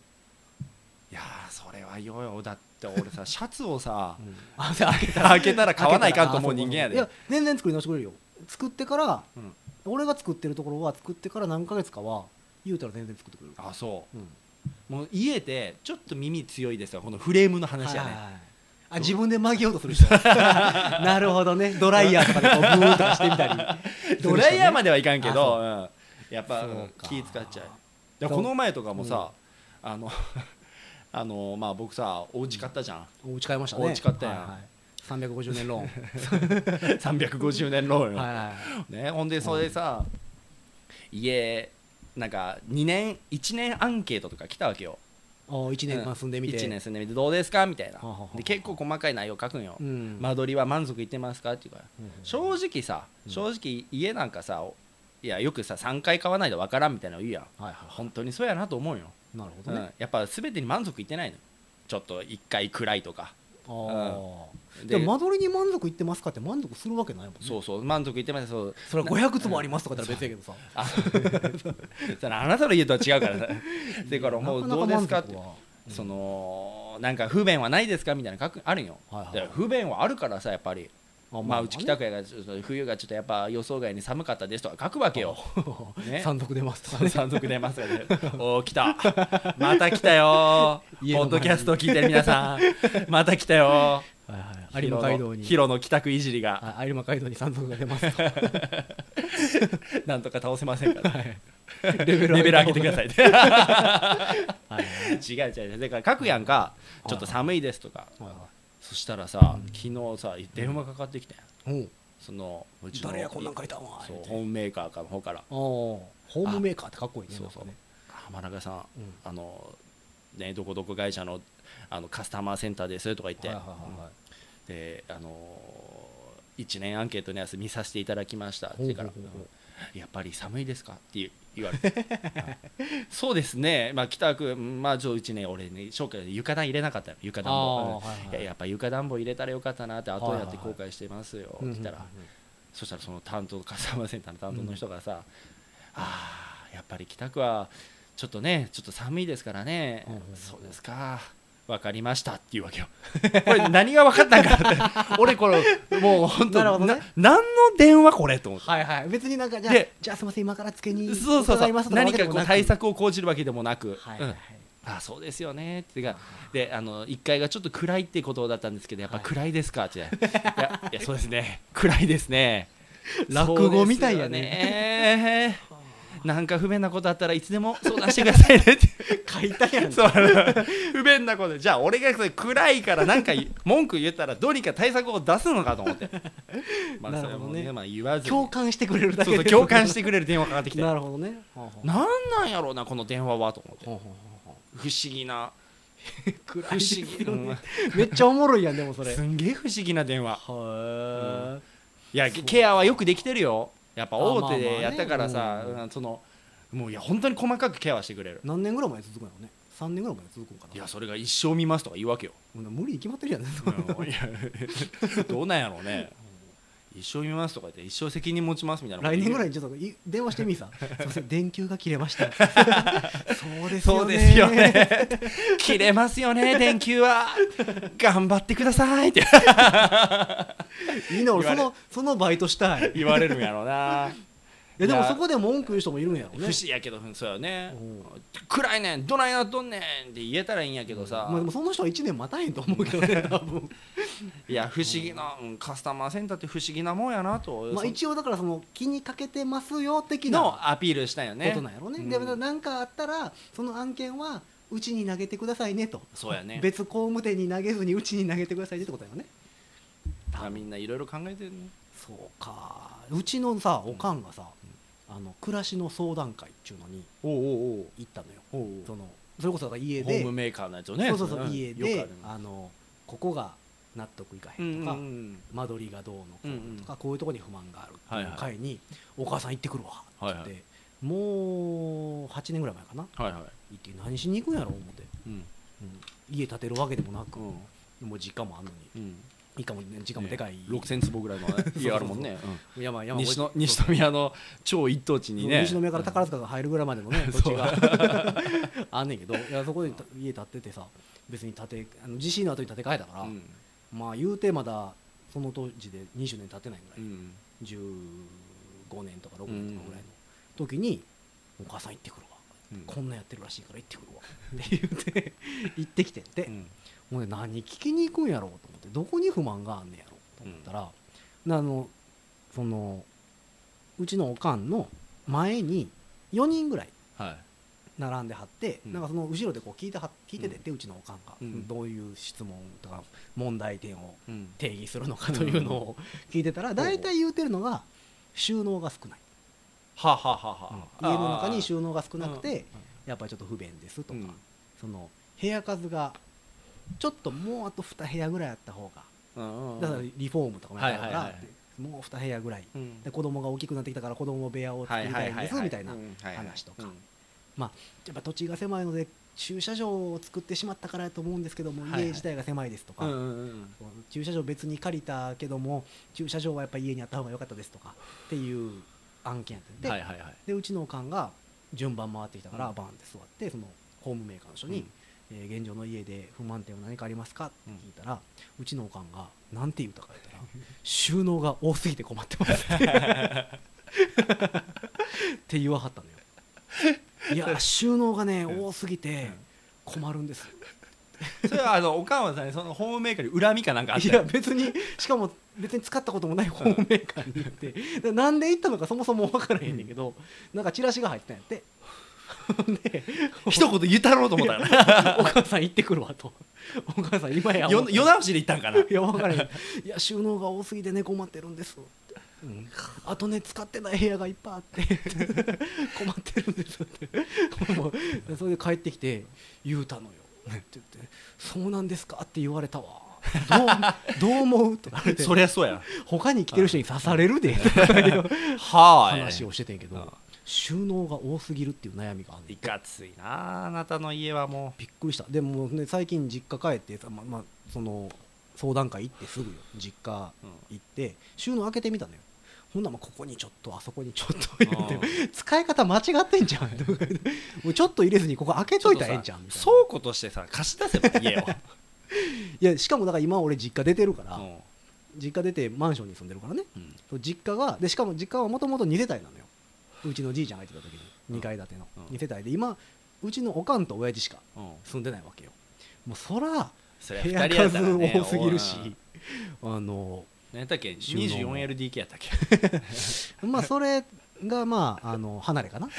C: いやーそれはよよだって俺さシャツをさ
B: あじゃあ開けた
C: 開けたら買わないかんと思う人間やで
B: いや全然作り直してくれるよ作ってから、
C: うん
B: 俺が作ってるところは作ってから何ヶ月かは言うたら全然作ってくれる
C: あそ
B: うん
C: うもう家でちょっと耳強いですよこのフレームの話やね、
B: はいはいはいあ自分で曲げようとする
C: *laughs*
B: 人なるほどねドライヤーとかでこうブーンとかしてみたり
C: *laughs* ドライヤーま
B: で
C: ではいかんけ
B: あ
C: ど、うんやっぱ
B: そうか
C: 気使っちゃうでこの前とかもさ、あの *laughs* あのまあ僕さお家買ったじゃん、
B: お家買いましたね
C: お家買ったやん
B: はいはい、350年ローン
C: 350年ローンよ、
B: はいはいはい
C: ね、ほんでそれでさ、家なんか2年1年アンケートとか来たわけよ
B: お1年間住んでみて、
C: 1年住んでみてどうですかみたい
B: は
C: な
B: あはあはあ
C: で結構細かい内容書くんよ、
B: うん
C: 間取りは満足いってますかっていうから
B: うん
C: 正直さ正直家なんかさおいやよくさ3回買わないとわからんみたいなの言うやん
B: はいは
C: 本当にそうやなと思うよ、
B: いなるほ
C: う
B: どね
C: ん、やっぱ全てに満足いってないのちょっと1回暗いとか
B: あー
C: で
B: でも間取りに満足いってますかって満足するわけないもんね
C: そうそう満足いってますそう
B: それは500坪ありますとかだったら別やけどさ
C: あ *laughs* それあなたの家とは違
B: *laughs*
C: うからさだからもうどうですかって
B: なな満足
C: そのなんか不便はないですかみたいなの書くあるんよ、
B: はいはい
C: だから不便はあるからさやっぱり
B: はあ
C: まあうち北
B: く
C: 区やからちょっと冬がちょっとやっぱ予想外に寒かったですとか書くわけよね
B: 山賊出ますとかね
C: 山賊出ます
B: *laughs*
C: よねおお来たまた来たよポ
B: 家の前
C: ッ
B: に
C: ドキャストを聞いてる皆さん
B: *laughs*
C: また来たよ
B: はいはい有馬街道に
C: ヒロの帰宅いじりが
B: はい有馬街道に山賊が出ます
C: *laughs*
B: と
C: なんとか倒せませんから
B: はいレベ
C: レベル上げてくだ
B: い
C: さ
B: *laughs*
C: い
B: はい
C: 違う違う違うだから書くやんかちょっと寒いですとか
B: はいは
C: そしたらさ昨日さ電話かかってきたやん
B: いうん
C: そのうちの
B: 誰やこんなん書いたんわ
C: そう
B: 言うて
C: ホームメーカーかの方から
B: おーホームメーカーってかっこいいね
C: そうそう
B: なんかね
C: 浜中さん
B: うん
C: あのねどこどこ会社のあのカスタマーセンターですとか言って
B: はいはいはいはい
C: であの1年アンケートのやつ見させていただきましたって言うから
B: ほうほうほう
C: やっぱり寒いですかって言われてはいそうですね、まあ、北区、まあ、ちょうちね、俺ね、紹介で床暖入れなかったよ、床暖房、
B: あーはいはい
C: いややっぱ床暖房入れたらよかったなって、後やっ
B: は
C: て
B: いはいは
C: 後
B: い
C: 悔してますよ、
B: うん
C: って言ったら、
B: *laughs*
C: そしたらその担当、カスタマーセンターの担当の人がさ、あー、やっぱり北区はちょっとね、ちょっと寒いですからね、
B: うんうんうん
C: そうですか。分かりましたって言うわけよ。これ何が分かったん *laughs* かって、俺これもう本当
B: なるほどね
C: 何の電話これと思って。
B: はいはい別になんかじゃあ
C: で
B: じゃあすみません今からつけに
C: そうそ
B: 伺
C: うそ
B: いうますとわ
C: 何
B: けで
C: か
B: も
C: こ
B: な
C: う
B: く
C: 対策を講じるわけでもなく、
B: はいはいはい
C: うんあそうですよねってかであの1階がちょっと暗いってことだったんですけどやっぱ
B: はい
C: 暗いですか *laughs* って、いや、いやそうですね暗いです *laughs* ね
B: 落語みたいやね
C: そうですよねなんか不便なことあったらいつでも相談してくださいねって
B: 書いたやん
C: *laughs* そう不便なことじゃあ俺がそれ暗い *laughs* からなんか文句言ったらどうにか対策を出すのかと思 *laughs* ってま
B: な
C: あそれも
B: るほど
C: ね
B: ね
C: まあ言わずに
B: 共感してくれるだ
C: そう
B: け
C: そう
B: で
C: 共感してくれる電話かかって *laughs* きて
B: なるほどねはあはあ
C: なんなんやろうなこの電話はと思って
B: ほうほうほうほ
C: 不思議な
B: う
C: *laughs*
B: 暗
C: 不
B: いです
C: 思
B: よ
C: 議
B: ねめっちゃおもろいやんでもそ
C: うん
B: れ
C: すんげえ不思議な電話
B: はい
C: やケアはよくできてるよやっぱ大手
B: あまあまあ
C: で
B: ね
C: やったからさ
B: うん
C: うんそのもういや本当に細かくケアはしてくれる
B: い何年ぐらい前続くのね3年ぐらい前続くのかない
C: やそれが一生見ますとか言うわけよ
B: もう無理に決まってるやんね
C: うんいやどうなんやろうね一生見ますとか言って一生責任持ちますみたいな
B: *laughs* 来年ぐらい
C: い
B: にちょっとい電話してみ
C: *laughs*
B: いさすいません電球が切れましたそうですよね
C: そうですよね切れますよね電球は頑張ってくださいって
B: いいな俺そ
C: 言わ
B: のそのバイトしたい
C: 言われるんやろうな
B: やで
C: い
B: も
C: や
B: そこで文句言う人もいるんやろ
C: 不
B: ね
C: 思議やけどそうよね
B: うん
C: 暗いねんどないなっとんねんって言えたらいいんやけどさ、
B: まあ、でもその人は1年待たへんと思うけどね多
C: *laughs*
B: 分
C: いや不思議な、うんカスタマーセンターって不思議なもんやなと、
B: まあ
C: そ
B: 一応だからその気にかけてますよ的なこ
C: のアピールしたよね
B: となんやろね
C: うん
B: でなんかあったらその案件はうちに投げてくださいねと
C: そうやね
B: 別工務店に投げずにうちに投げてくださいねってことやろね
C: あみんないろいろ考えてるね
B: そうかうちのさおかんがさ、あの暮らしの相談会っていうのに
C: おうおう
B: 行ったのよ
C: おうおうおう
B: そのそれこそだから家
C: ホー
B: で
C: ムメーカーのやつをね
B: そうそうそう、
C: ん
B: 家
C: よくあ
B: で
C: るね
B: あのここが納得いかへ
C: うん
B: ん
C: うん
B: とか、
C: うん
B: 間取りがどうのこうのとか、こういうとこに不満があるって
C: はい
B: い
C: はいう
B: 会に、お母さん行ってくるわって言って、
C: はいは
B: もう8年ぐらい前かな
C: はいはい
B: 行って何しに行くんやろ思って、
C: うん
B: うん家建てるわけでもなく、もう実家もあんのに
C: うん
B: 実家もね実家もでかい、
C: 6000坪ぐら
B: *laughs*
C: いの家あるもんねうん
B: 山山
C: 西の
B: そう
C: 西宮の超一等地にね
B: 西宮から宝塚が入るぐらいまでの *laughs* ね土地が *laughs* あんねんけどいやそこで家建ててさ別に建てあの地震の後に建て替えたから、
C: うん
B: まあ言うてまだその当時で20年経ってないぐらい、
C: うん
B: 15年とか6年とかぐらいの時に「お母さん行ってくるわ」
C: うん
B: こんなんやってるらしいから行ってくるわ」って言って行ってきてんて、ほんで何聞きに行くんやろうと思ってどこに不満があんねやろうと思ったら、あのそのうちのおかんの前に4人ぐらい
C: はい
B: 並んではって、
C: うん
B: なんかその後ろでこう聞いては聞いててって、うちのおかんが、
C: うん
B: どういう質問とか問題点を
C: うん
B: 定義するのかというのを聞いてたら大体言うてるのが収納が少ない、
C: はあはあはあはあ
B: 家の中に
C: 納
B: 収納が少なくてやっぱりちょっと不便ですとか、その部屋数がちょっともうあと2部屋ぐらいあった方がだからリフォームとかもやったから、
C: はいはいはい
B: もう2部屋ぐらい
C: うん
B: で子供が大きくなってきたから子供部屋を作りたいんですみたいな話とかやっぱ土地が狭いので駐車場を作ってしまったからやと思うんですけども
C: はいはい
B: 家自体が狭いですとか、
C: うんうんうん
B: こう駐車場別に借りたけども駐車場はやっぱ家にあった方が良かったですとかっていう案件やってで,、
C: はいはいはい
B: でうちのおかんが順番回ってきたから
C: うん
B: バーンって座ってそのホームメーカーの人に、えー現状の家で不満点は何かありますか?」って聞いたら、うちのおかんが何て言うたか言ったら「収納が多すぎて困ってます」って言わはったのよ。
C: *laughs*
B: いや収納がね多すぎて困るんです
C: それはあのおかんはさそのホームメーカーに恨みかなんかあっ
B: いや
C: たよ
B: 別にしかも別に使ったこともないホームメーカーに行ってでなんで行ったのかそもそも分からへんねんけど、なんかチラシが入ってたんや
C: *laughs*
B: ってほんで
C: *laughs* 一言言ったろうと思っ
B: *laughs*
C: た
B: お
C: か
B: 母さん行ってくるわと *laughs* お母さん今や
C: らよ
B: *laughs* い
C: 世直しで言ったんかな
B: や分からへんいや収納が多すぎてね困ってるんですって、あとね使ってない部屋がいっぱいあって困って *laughs* るんですって *laughs* もうそれで帰ってきて言うたのよって言って「そうなんですか?」って言われたわ *laughs* どうどう思うとか言われて
C: そりゃそう *laughs* や
B: 他に来てる人に刺されるでとかいう
C: は
B: *laughs*
C: あ
B: 話をしててんけ
C: うん
B: ど収納が多すぎるっていう悩みがあんね
C: い
B: ん
C: かついなあなたの家はも
B: びっくりしたでも、ね、最近実家帰ってさ、まま、その相談会行ってすぐよ実家
C: う、うん
B: 行って収納開けてみたのよほんならまあここにちょっとあそこにちょっと言って
C: う
B: 使い方間違って
C: *laughs*
B: んじゃんとか言ってもうちょっと入れずにここ開けといたらええんじゃんみたいな
C: 倉庫としてさ貸し出せば家を、
B: いやしかもだから今俺実家出てるから、
C: *laughs* うん
B: 実家出てマンションに住んでるからね
C: うん
B: そう実家がでしかも実家はもともと2世帯なのようちのじいちゃんが入ってた時
C: うん
B: に2階建ての
C: うん
B: 2世帯で今うちのおかんと親父しか
C: うん、
B: 住んでないわけよもうそら
C: それ
B: 部屋
C: 二人やった
B: 数
C: らね
B: 多すぎるし
C: おうん
B: あの
C: 何やったっけ
B: 収納
C: 24LDK やったっけ
B: まあそれがまああの離れかな、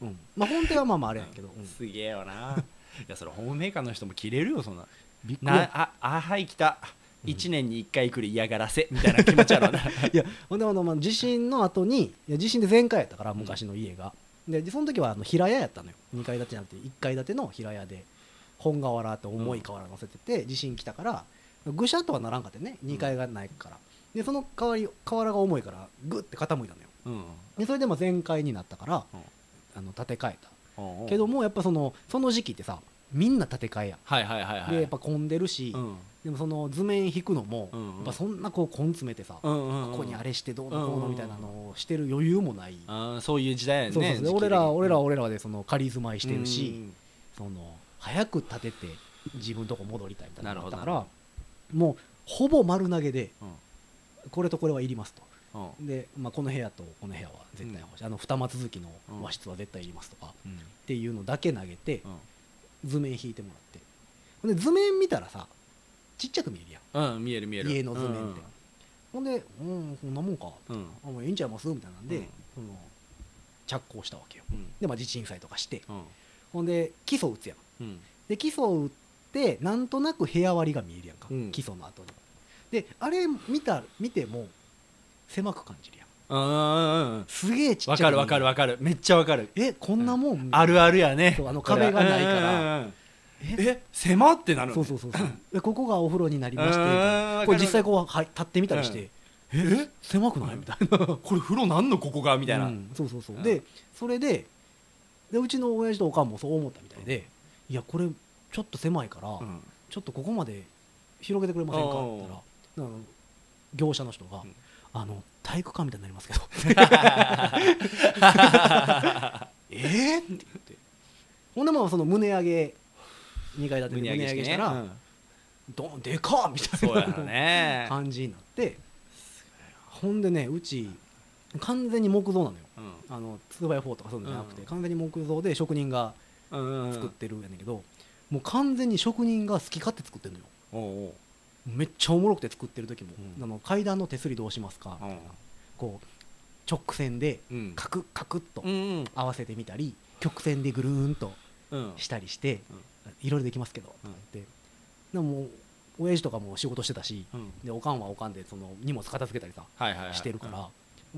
B: うんうんまあ本店はまあまああれやけど、うん
C: すげえよないやそれホームメーカーの人も切れるよそんな
B: びっくり
C: なああはい来た1年に1回来る嫌がらせみたいな気持
B: *laughs*
C: ちやろうな
B: いやほんであの、まあ、地震の後にいや地震で全壊やったから昔の家が、ででその時はあの平屋やったのよ2階建てじゃなくて1階建ての平屋で本瓦って重い瓦乗せてて、地震来たからぐしゃっとはならんかってね2階がないから、でその代わり瓦が重いからグッて傾いたのよ
C: うん
B: でそれでまあ全壊になったから、
C: うん
B: あの建て替え
C: うんう
B: た
C: ん
B: けどもやっぱそのその時期ってさみんな建て替えやん、
C: はいはいはいはい
B: でやっぱ混んでるし、
C: うん
B: でもその図面引くのも、
C: うんうん
B: やっぱそんなこう根詰めてさ、
C: うんうんうん
B: ここにあれしてどうのこう
C: うんうんう
B: の
C: ん
B: みたいなのをしてる余裕もない、
C: あーそういう時代やね
B: そうそうそう
C: 時期的
B: 俺
C: に
B: ら俺ら
C: うん
B: 俺らでその仮住まいしてるし、
C: うん
B: その早く建てて自分のとこ戻りたいみたいなのがあったか
C: なる
B: らもうほぼ丸投げで
C: うん
B: これとこれはいりますと
C: うん
B: で、まあ、この部屋とこの部屋は絶対欲しい、あの二間続きの和室は絶対いりますとか、
C: うん
B: っていうのだけ投げて
C: うん
B: 図面引いてもらってほんで図面見たらさちっちゃく見えるやん
C: うん、見える見える
B: 家の図面って、ほんでうんこんなもんか
C: うんうん
B: あもうええんちゃいますみたいなんで、
C: うん
B: その着工したわけよ
C: うん
B: でまあ地震災とかして
C: うん
B: ほんで基礎打つやん
C: うん
B: で基礎を打ってなんとなく部屋割りが見えるやんか、
C: うん
B: 基礎の後にであれ見た見ても狭く感じるやん
C: うんうんうん
B: すげえちっちゃ
C: わ
B: く
C: かるわかるわかるめっちゃわかる
B: えこんなもん、
C: あるあるやね
B: そうあの壁がないから
C: うんうんうんえ狭ってなる
B: そうそうそうそうえここがお風呂になり
C: う
B: ましてみたいなこれ実際こうはい立ってみたりして、
C: え
B: 狭くないみたいな
C: これ風呂なんのここがみたいな、
B: うんそうそうそう、
C: うん
B: でそれででうちの親父とおかんもそう思ったみたいでいやこれちょっと狭いから、
C: うん
B: ちょっとここまで広げてくれませんかって言ったらなんか業者の人が、
C: うん
B: あの体育館みたいになりますけどえっって言ってほんでまあその胸上げ2階建てで胸上げしたら、
C: うん
B: どんでかっみたい
C: そう
B: な
C: やろ *laughs* ね
B: 感じになってほんでねうち完全に木造なのよ
C: うん
B: あの 2x4 とかそういうのじゃなくて、
C: うん
B: 完全に木造で職人が
C: うんうん
B: 作ってるやねんけど、もう完全に職人が好き勝手作ってるのよ
C: おうおう
B: めっちゃおもろくて作ってる時も、
C: うん
B: あの階段の手すりどうしますか、
C: うん
B: こう直線で
C: うん
B: カクッカクッと
C: うんうん
B: 合わせてみたり曲線でぐるーんと
C: うん
B: したりして、いろいろできますけどとか言って、でもう親父とかも仕事してたし
C: うん
B: でおかんはおかんでその荷物片付けたりさ
C: はいはいはい
B: してるか
C: うん
B: ら、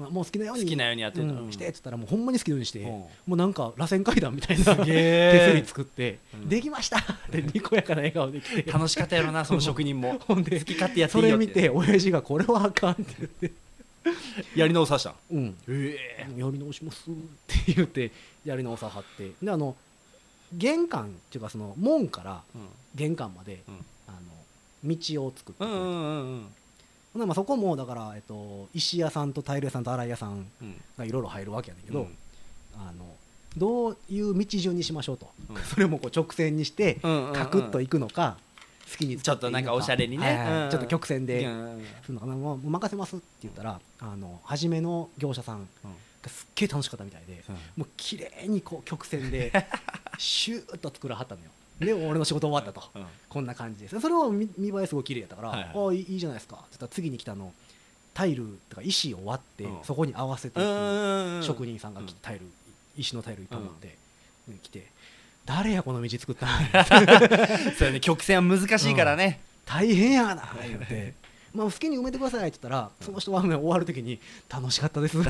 B: まあもう好きなよう
C: 好
B: に
C: きなようにやってる
B: うんしてって言ったらもうほんまに好きなようにして、
C: うん
B: もうなんか螺旋階段みたいな
C: す
B: *laughs*
C: げ
B: 手すり
C: え
B: 作って、
C: うん
B: できましたってにこやかな笑顔で来て
C: 楽しかったやろなその職人 *laughs* も
B: ほんで
C: 好き勝手やってい
B: そ
C: い
B: れ
C: よっ
B: 見て親父がこれはあかんって言って
C: やり直さしたん
B: うん
C: え
B: やり直しますって言ってやり直さはってであの玄関っていうかその門から
C: うん
B: 玄関まで、
C: うん
B: あの道を作ってく
C: う
B: れ
C: ん
B: て、
C: うんうん
B: ほんならまあそこもだから、えっと、石屋さんとタイル屋さんと洗い屋さん
C: うん
B: がいろいろ入るわけやねんけど、
C: うん
B: あのどういう道順にしましょうと、
C: う
B: *laughs*
C: ん
B: それもこう直線にして、
C: うんうん
B: カクッと行くのか好きに
C: ちょっとなんかおしゃれにね
B: はいはいはい
C: うん
B: ちょっと曲線で、
C: うんうん
B: そのあのもう任せますって言ったらあの初めの業者さんがすっげえ楽しかったみたいで、もう綺麗にこう曲線
C: *laughs*
B: でシューッと作らはったのよで俺の仕事終わったと、
C: うん
B: こんな感じですそれを見見栄えすごい綺麗やったから、
C: はいはい
B: ああいいいいじゃないですかって言ったら次に来たあのタイルとか石を割って、
C: うん
B: そこに合わせて
C: うんうんうん
B: 職人さんが来てタイル、石のタイルいっぱい持って、来て「誰やこの道作ったん
C: そうやね曲線は難しいからね
B: 大変やな」言って「まあ好きに埋めてください」って言ったらその人はね終わる時に「楽しかった
C: *laughs*
B: です」好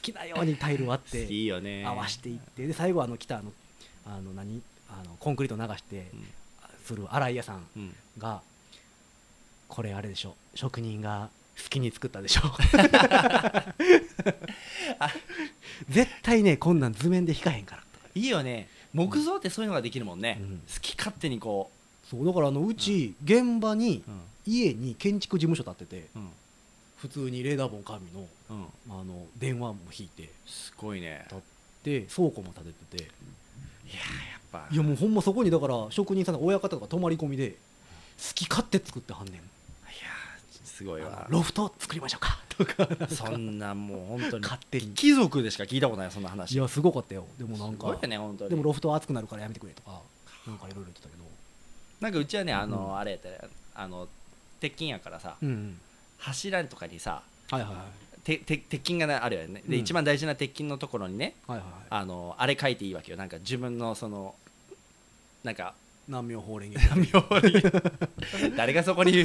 B: きなようにタイル割って
C: いいよね
B: 合わせていってで最後あの来たあのあの何あのコンクリート流して
C: うん
B: する洗い屋さん
C: うん
B: が「これあれでしょ職人が好きに作ったで *laughs* しょ」絶対ねこんなん図面で引かへんから
C: いいよね木造ってそういうのができるもんね、
B: うん
C: 好き勝手にこ
B: そうだからあのうち現場に
C: う、
B: 家に建築事務所建てて
C: うん
B: 普通にレーダーボン神の
C: うん、
B: あの電話も引いて
C: すごいね
B: だで倉庫も建ててて
C: やっぱ
B: いやもうほんまそこにだから職人さんが親方とか泊まり込みで好き勝手作ってはんねん
C: すごい
B: あ
C: わ
B: のロフト作りましょうかとかなんか
C: そんなもう本当に
B: 勝手に
C: 貴族でしか聞いたことないそんな話
B: いやすごかったよでもなん
C: すごい
B: か
C: よね本当に
B: でもロフトは熱くなるからやめてくれとかなんかいろいろ言ってたけど
C: なんかうちはねあの、
B: うん
C: あれやったよあの鉄筋やからさ、
B: うんうん
C: 柱とかにさ
B: はいはいは
C: てて鉄筋がなあるよねで、
B: うん
C: 一番大事な鉄筋のところにね
B: いはいはいはい
C: あのあれ書いていいわけよなんか自分のそのなんか
B: 南明法蓮華
C: 神を言う *laughs* 誰がそこに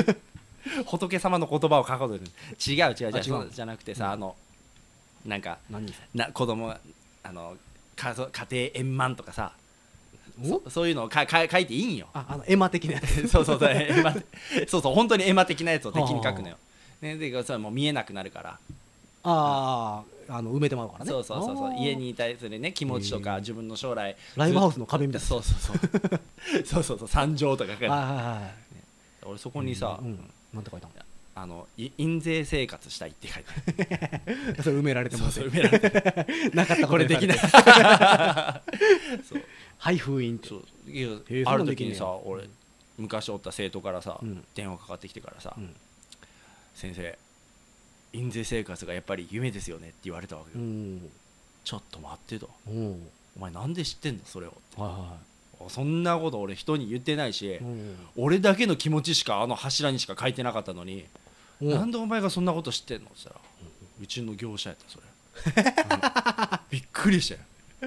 C: 仏様の言葉を書こうとする違う違う違う
B: あ違う
C: そうじゃなくて
B: う
C: さ、
B: ん
C: あのなんか
B: 何さ
C: な子供があの家族家庭円満とかさ
B: お
C: そそういうのをか *laughs* か書いていいんよ
B: ああの絵馬的なやつ
C: そうそうそう絵馬そうそう本当に絵馬的なやつを敵に書くのよ、ね、でそれもう見えなくなるから
B: あああの埋めてもらうからね
C: そうそうそうそ
B: あ
C: う
B: ー
C: 家に対するね気持ちと
B: へ
C: か
B: ー
C: 自分の将来
B: ライブハウスの壁みたいな
C: そうそうそうそう *laughs* そうそう三条とか書いてある
B: はいはいはい
C: 俺そこにさ、
B: うんなんて書いたの
C: あのい印税生活したいって書いてある
B: それ埋められて
C: そ
B: も
C: う
B: らって *laughs*
C: そう埋められてる
B: なかった
C: これできないいそう
B: はい封印って
C: *laughs* そういや
B: へえ
C: あ
B: そんな
C: る
B: んでき
C: 時
B: んね
C: に
B: や
C: さ俺昔おった生徒からさ、
B: うん
C: 電話かかってきてからさ、
B: うん
C: 先生印税生活がやっぱり夢ですよねって言われたわけ
B: う
C: よ、
B: ん
C: ちょっと待ってと
B: うん
C: お前なんで知ってんのそれをって
B: は
C: そんなこと俺人に言ってないし、
B: いはいうん
C: 俺だけの気持ちしかあの柱にしか書いてなかったのに、
B: うん
C: なんでお前がそんなこと知ってんのって言ったら、うちの業者やったそれ、
B: *laughs*
C: うんびっくりしたよ、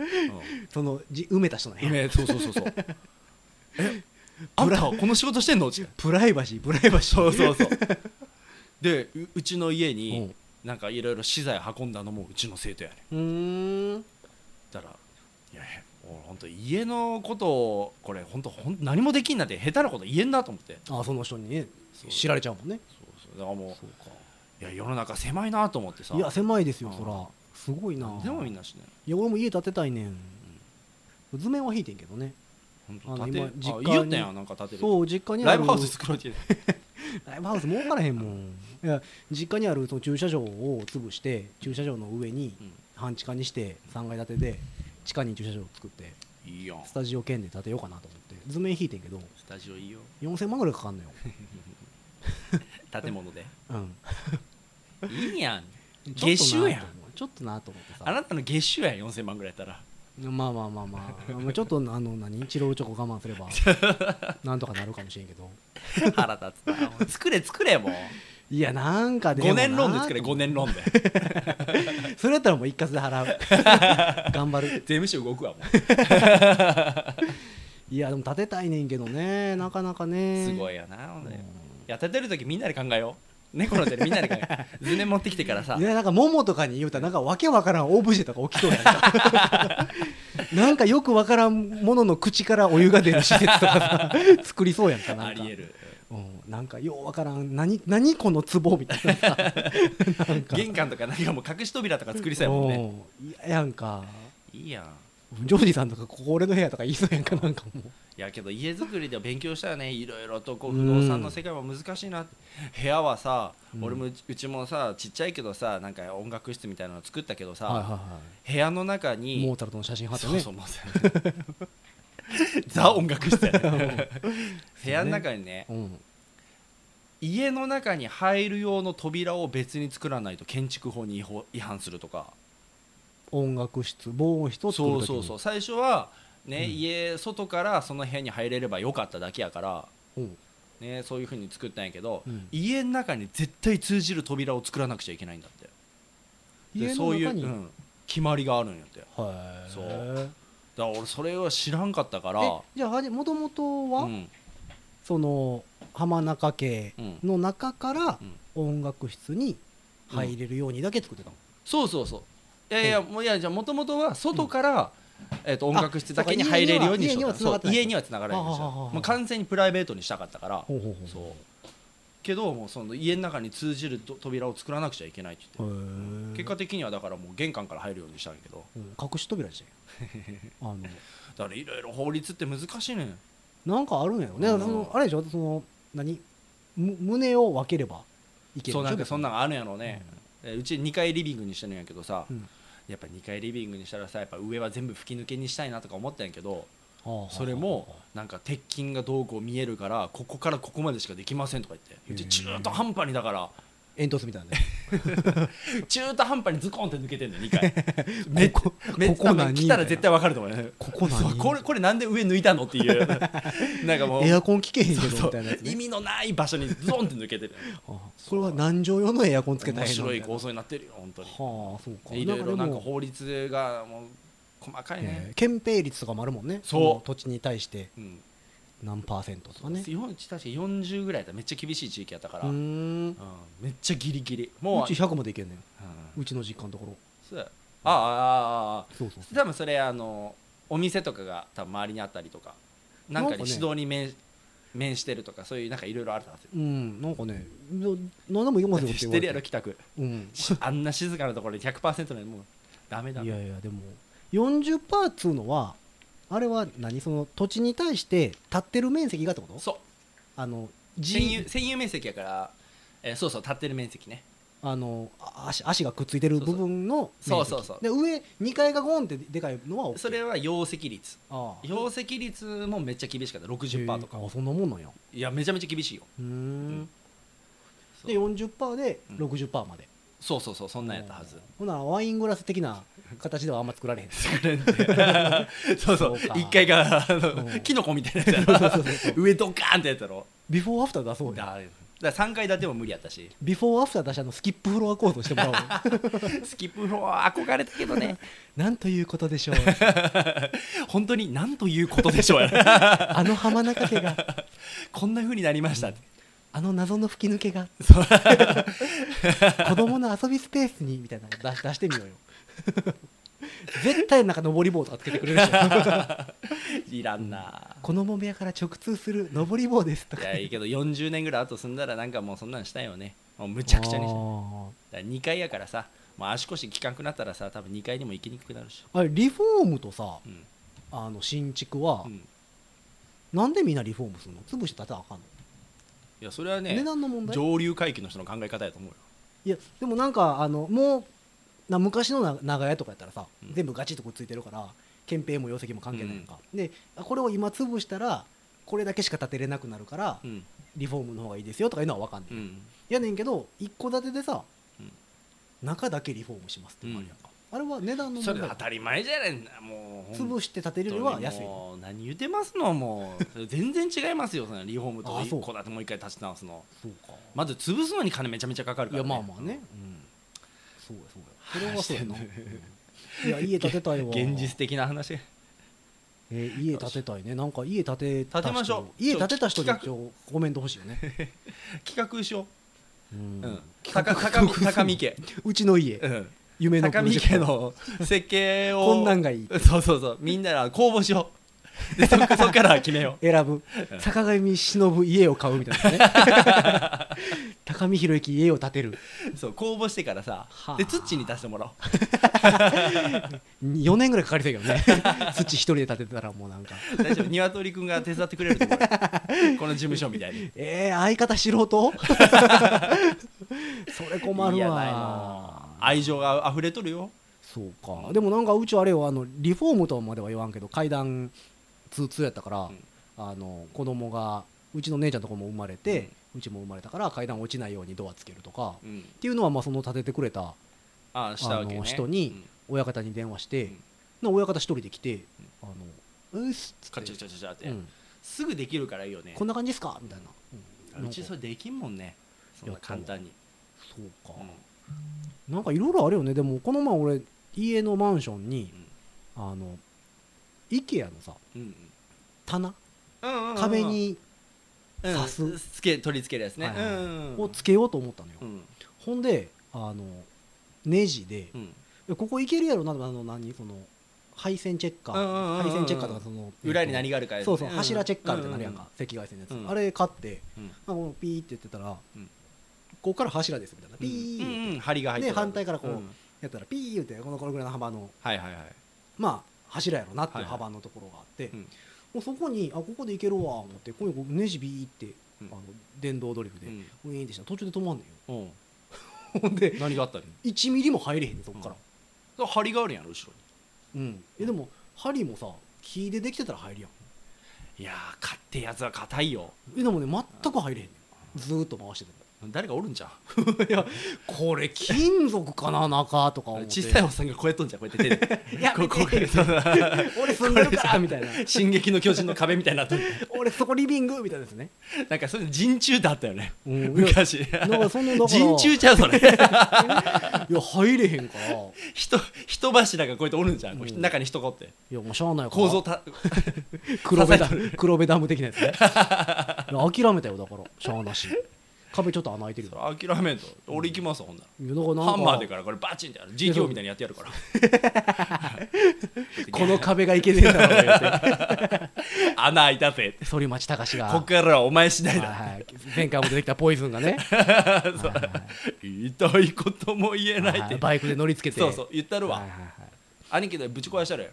C: う
B: そのじ埋めた人なん
C: ん、
B: や
C: ねそうそうそうそうえあんたこの仕事してんのって言って
B: プライバシープライバシー
C: そうそうそうでううちの家
B: う
C: に
B: ん
C: なんかいろいろ資材運んだのもうちの生徒やね
B: う
C: ん
B: ーん
C: だからいやいやもう本当家のことをこれ本当ほん何もできんなんて下手なこと言えんなと思って
B: あその人にね
C: そう
B: 知られちゃうもんね
C: そうそうだからも
B: そうか
C: ういや世の中狭いなと思ってさ
B: いや狭いですよ
C: うん
B: そらすごいな
C: でもみんなしね
B: いや俺も家建てたいねん図面は引いてんけどね
C: 本
B: あの
C: 当建て
B: 今実
C: あ
B: 家に
C: 言いよったやんなんか建てる
B: そう実家にあ
C: ライ
B: る
C: ブハウス作ろうって言う
B: ライブハウス儲からへん
C: *laughs*
B: もんいや実家にあるその駐車場を潰して駐車場の上に
C: うん
B: 半地下にして3階建てで地下に駐車場を作って
C: いいやん
B: スタジオ兼で建てようかなと思って図面引いてんけど
C: スタジオいいよ
B: 4000万ぐらいかか
C: *laughs*
B: んのよ、
C: 建物で
B: うん、
C: いいやん
B: ちょっとな
C: 月収やん
B: と思うちょっとなと思ってさ
C: あなたの月収やん4000万ぐらいやったら *laughs*
B: まあまあまあまあ、まあ、ちょっとあの何一郎チョコ我慢すれ
C: *laughs*
B: ばなんとかなるかもしれんけど
C: 腹立つなもう作れ作れもう
B: いやなんかでも
C: 5
B: な
C: 年ローンで作れ5
B: *laughs*
C: 年ローンで
B: それやったらもう一括で払う
C: *laughs*
B: 頑張る
C: 税務署動くわも
B: いやでも建てたいねんけどねなかなか
C: う
B: ね
C: すご
B: い
C: いよなほんでいや建てる時みんなで考えよう猫の手でみんなで考え
B: *laughs*
C: よう図面持ってきてからさ
B: いやなんか桃とかに言うたらなんかわけわからんオブジェとか起きそうやんかなんかよくわからんものの口からお湯が出る施設とかさ作りそうやんかなんか
C: ありえる
B: うん、なんかようわからん何何この壺みたいなさなんか
C: 玄関とか何かもう隠し扉とか作りそうやもんね
B: うんいややんか
C: いいやん
B: ジョージさんとかここ俺の部屋とか言いそうやんかなんかもう
C: いやけど家づくりでは勉強したよねいろいろとこう不動産の世界も難しいなって部屋はさ
B: うん
C: 俺もうちうちもさちっちゃいけどさなんか音楽室みたいなの作ったけど
B: はい
C: さ
B: は
C: 部屋の
B: いは
C: 中
B: いモ
C: に
B: ータルトの写真貼って
C: そう
B: ね
C: そうもうそう *laughs* ザ音楽室や *laughs* ね部屋の中にね
B: うん、
C: 家の中に入る用の扉を別に作らないと建築法に違法違反するとか
B: 音楽室防音室を作る
C: そ
B: とき
C: う
B: に
C: そうそう最初はね、
B: うん
C: 家外からその部屋に入れればよかっただけやから、
B: うん
C: ね、そういう風に作ったんやけど、
B: うん
C: 家の中に絶対通じる扉を作らなくちゃいけないんだってで
B: 家の
C: そうい
B: 中
C: う、う
B: に
C: ん、決まりがあるんやってだか
B: はい
C: そうら俺それは知らんかったから
B: えじゃあはじもともとは、
C: うん
B: その浜中家
C: うん
B: の中から
C: うん
B: 音楽室に入れるようにだけ作ってたの、
C: そうそうそういやいやもういやじゃあもともとは外から、えっと音楽室だけに
B: そうか
C: 入れるようにしよう
B: 家には
C: そう家
B: 家
C: に
B: に
C: はつながらないんですよ
B: はあはあはあ
C: もう完全にプライベートにしたかったから
B: ほうほうほう
C: そうけどもうその家の中に通じると扉を作らなくちゃいけないって言って
B: へえ
C: 結果的にはだからもう玄関から入るようにしたんやけど
B: うん隠し扉でした *laughs* よあの
C: だからいろいろ法律って難しいねん
B: なんかあるんやろね、
C: うん
B: そのあれでしょその何む胸を分ければいける
C: そうなんかそんなんんあるんやろうね、ううち2階リビングにしてるんやけどさ、
B: うん
C: やっぱ2階リビングにしたらさやっぱ上は全部吹き抜けにしたいなとか思ったんやけどそれもなんか鉄筋がどうこう見えるからここからここまでしかできませんとか言って
B: へ
C: う
B: ー
C: ち中途半端にだから
B: 煙突みたいな *laughs* ね
C: 中途半端にズコンって抜けてんのよ2階
B: *laughs*
C: めっ
B: こ
C: めっ
B: ここ何
C: 多分来たら絶対わかると思うよね
B: ここ何
C: そうこれこれなんで上抜いたのってい
B: *laughs*
C: うなんかもう
B: エアコン効けへん
C: そ
B: け
C: う
B: ど
C: そ
B: み
C: う
B: たいなやつ、ね、
C: 意味のない場所にゾンって抜けてる
B: あこれは何畳用のエアコンつけたら
C: 面
B: ええの
C: 白い
B: みたいな
C: 構想になってるよ本当に
B: はあそうか
C: いろいろなんか
B: でも
C: 法律がもう細かい
B: え
C: ね
B: ー、憲兵率とかもあるもんね
C: そう
B: の土地に対して
C: うん
B: 何パーセントとかね
C: 日本確か40ぐらいだっためっちゃ厳しい地域やったから
B: うー
C: うん
B: んう
C: めっちゃギリギリもう
B: ち100までいけんねん
C: うん
B: うちの実家のところ
C: そうだああああああ
B: そうそうそう
C: 多分それあのお店とかが多分周りにあったりとかなんか
B: なんか
C: に
B: ね
C: 指導に面面してるとかそういうなんかいろいろあるはず
B: うんなんかねど何でも読ませよって
C: *laughs* 知
B: 言
C: っ
B: われ
C: てるやろ北区
B: うん
C: しあんな静かなところで100%ねもうダメだ
B: いやいやでも40パーっつうのはあれは何その土地に対して立ってる面積がってこと
C: そう
B: あの
C: 占有
B: 地
C: 占有面積やから、えーそうそう立ってる面積ね
B: あのあ足足がくっついてる部分の
C: そう
B: 面積
C: そうそうそう
B: で上2階がゴンってでかいのは OK
C: それは容積率
B: ああ
C: 容積率もめっちゃ厳しかった60%とか
B: へえあそんなもんなんや
C: いやめちゃめちゃ厳しいよ
B: うーん
C: そう
B: で40%で
C: うん
B: 60%まで、
C: そうそうそうそんなんやっ
B: *laughs*
C: たはず
B: ほなワイングラス的な形ではあんま作
C: *laughs*
B: られへん
C: そうそう
B: そうか
C: 一階があ
B: う
C: の
B: ん
C: キノコみたいなやつ
B: *laughs*
C: や
B: そうそうそう
C: ろ *laughs* 上ドカーンってやつやろ
B: ビフォーアフター出そう
C: だ
B: や
C: からだから3階建ても無理やったし
B: ビフォーアフター出したのスキップフロア構造しても
C: *laughs*
B: らおう
C: スキップフロア憧れたけどね
B: なんということでしょう
C: 本当になんということでしょうやな
B: あの浜中家が
C: *laughs* こんな風になりましたって
B: あの謎の吹き抜けが
C: そう
B: 子供の遊びスペースにみたいなの出し出してみようよ絶対なんか登り棒とかつけてくれるでしょ
C: いらんな
B: このもみ屋から直通する登り棒ですと
C: い
B: か
C: やいいけど40年ぐらい後住んだらなんかもうそんなんしたいよねもうむちゃくちゃ
B: あ
C: にしたいだから2階やからさもう足腰効かんくなったらさ多分2階にも行きにくくなるし
B: ーあれリフォームとさ
C: うん、
B: あの新築は、
C: うん、
B: なんでみんなリフォームするの潰して建てなあかんの、
C: いやそれはね
B: 値段の問題
C: 上流階級の人の考え方やと思うよ
B: いやでもなんかあのもうな昔のな長屋とかやったらさ、
C: うん
B: 全部ガチッとくっついてるから憲兵も容積も関係ないのか、であこれを今潰したらこれだけしか建てれなくなるから、
C: うん
B: リフォームの方がいいですよとかいうのは分かんない、
C: うん
B: やねんけど一戸建てでさ、
C: うん
B: 中だけリフォームしますっていうのあるやんか、あれは値段の
C: そ
B: 問
C: れ
B: 題
C: 当たり前じゃないんだもう
B: 潰
C: し
B: して建てるよりは安い
C: もう何言ってますのもうそれ全然違いますよそのリフォームと
B: あ
C: 一
B: そう
C: 個だってもう一回立ち直すの
B: そうか
C: まず潰すのに金めちゃめちゃかかるから、ね、
B: いやまあまあね
C: うん
B: そうやそうやそれはそう *laughs* やな、
C: 話して
B: うんいや家建てたいわ
C: 現実的な話 *laughs*
B: えー家建てたいねなんか家建てた人
C: 建てましょう
B: 家建てた人に
C: ちょ
B: 一応コメント欲しいよね、
C: 企画しよ
B: う
C: う、
B: ん
C: うん、高高見高見家、
B: *laughs* うちの家
C: うん、
B: 夢のプ
C: 高
B: ロ
C: 見
B: ジェク
C: 家
B: ト
C: の設計を
B: こんなんがいい
C: *laughs* そうそうそうみんなら公募しよ
B: *laughs*
C: うでそこそこから決めよ
B: 選ぶ
C: うん
B: 坂上忍家を買うみた
C: *laughs*
B: いなね高見博之家を建てる
C: うそう公募してからさ
B: はあ
C: で土に出してもらおう
B: 4年ぐらいかかりそうやけどね *laughs* 土一人で建てたらもうなんか
C: 大丈夫鶏くんが手伝ってくれる
B: *laughs*
C: ところこの事務所みたいに
B: えー、相方素 *laughs* 人それ困
C: い
B: る
C: やない
B: わ
C: な愛情が溢れとるよ
B: そうかでもなんかうちあれよあのリフォームとまでは言わんけど階段通通やったから、
C: ん
B: あの子供がうちの姉ちゃんとこも生まれて、うちも生まれたから階段落ちないようにドアつけるとか、
C: う
B: っ
C: ん
B: ていうのはまあその建ててくれた
C: ああしたわけね
B: あの人に親方に電話して、な親方一人で来て「あのうっす」っ
C: カチ
B: つ
C: ャ
B: っ
C: カチ
B: て、
C: ャカチャって
B: うん
C: すぐできるからいいよね
B: こんな感じですか?」みたいな、うん
C: うちそれできんもんねそんな簡単に
B: そうか、なんかいろいろあるよねでもこの前俺家のマンションに、あの IKEA のさ
C: うんうん
B: 棚
C: うんうん
B: 壁に
C: うん
B: 刺す
C: つけ取り付けるやつね
B: はいはいはい
C: うんうんうん
B: をつけようと思ったのよ、
C: うん
B: ほんであのネジで、
C: うん
B: えここいけるやろなあの何その配線チェッカー、
C: うんうんうんうん
B: 配線チェッカーとかその
C: 裏に何
B: が
C: があるかやつね
B: そうそう、
C: ん
B: 柱チェッカーみたいなのあるやんか、赤外線のやつ、
C: うん
B: あれ買って、
C: うん
B: まあ、こうピーってやってたら、
C: うん
B: ここから柱ですみたいなピー
C: う
B: って、
C: んうん針が入ってる
B: で反対からこうんやったらピーってこのこれぐらいの幅の
C: はいはいはい
B: まあ柱やろなってい
C: は
B: う
C: いはい
B: 幅のところがあって、
C: うん
B: もうそこにあここでいけるわ思ってこういうこうネジビーって、
C: うん
B: あの電動ドリルで、
C: うん
B: ウィーンってしたら途中で止まんね
C: うん
B: んよほんで
C: 何があったの
B: 1ミリも入れへんねんそこから、
C: そう針があるやろ後ろ
B: うんえでも針もさ木でできてたら入るやん
C: にいやー買ってやつは硬いよ
B: えでもね全く入れへんねんずーっと回してて
C: 誰かおるんじゃん
B: これ金属かな中とか思って
C: 小さいおっさんがこうやっとんじゃんこうやって
B: *laughs*
C: 手で
B: や
C: こうこう
B: 見て
C: そう
B: 俺住んでるからみたいな
C: 進撃の巨人の壁みたいになってる
B: 俺そこリビングみたいです *laughs* ね、
C: なんかそういうの陣中だったよね
B: うん、いや
C: 昔
B: だからそのだから
C: 陣中ちゃ
B: *laughs*
C: うそれ
B: いや入れへんからい
C: 人人柱がこうやっておるんじゃんこう
B: うん
C: 中に人がおって
B: やもうしゃあないから
C: 構造た
B: 黒部ダ
C: 支
B: ム黒部ダム的なやつねいや諦めたよだからしゃあなし壁ちょっと穴開いてるから
C: 諦めんと俺行きますわほんなら
B: いやだからなんか
C: ハンマーでからこれバチンってやる GTO みたいにやってやるから
B: この壁がいけねえだろ言 *laughs* って
C: 穴開いたぜって
B: 反町隆史が
C: こっからはお前次第だ
B: はいはい前回も出てきたポイズンがね
C: そう言いたいことも言えないっ
B: はい
C: て
B: バイクで乗りつけて
C: そうそう言ったる
B: はいは
C: わ
B: いは
C: 兄貴でぶち壊したるよ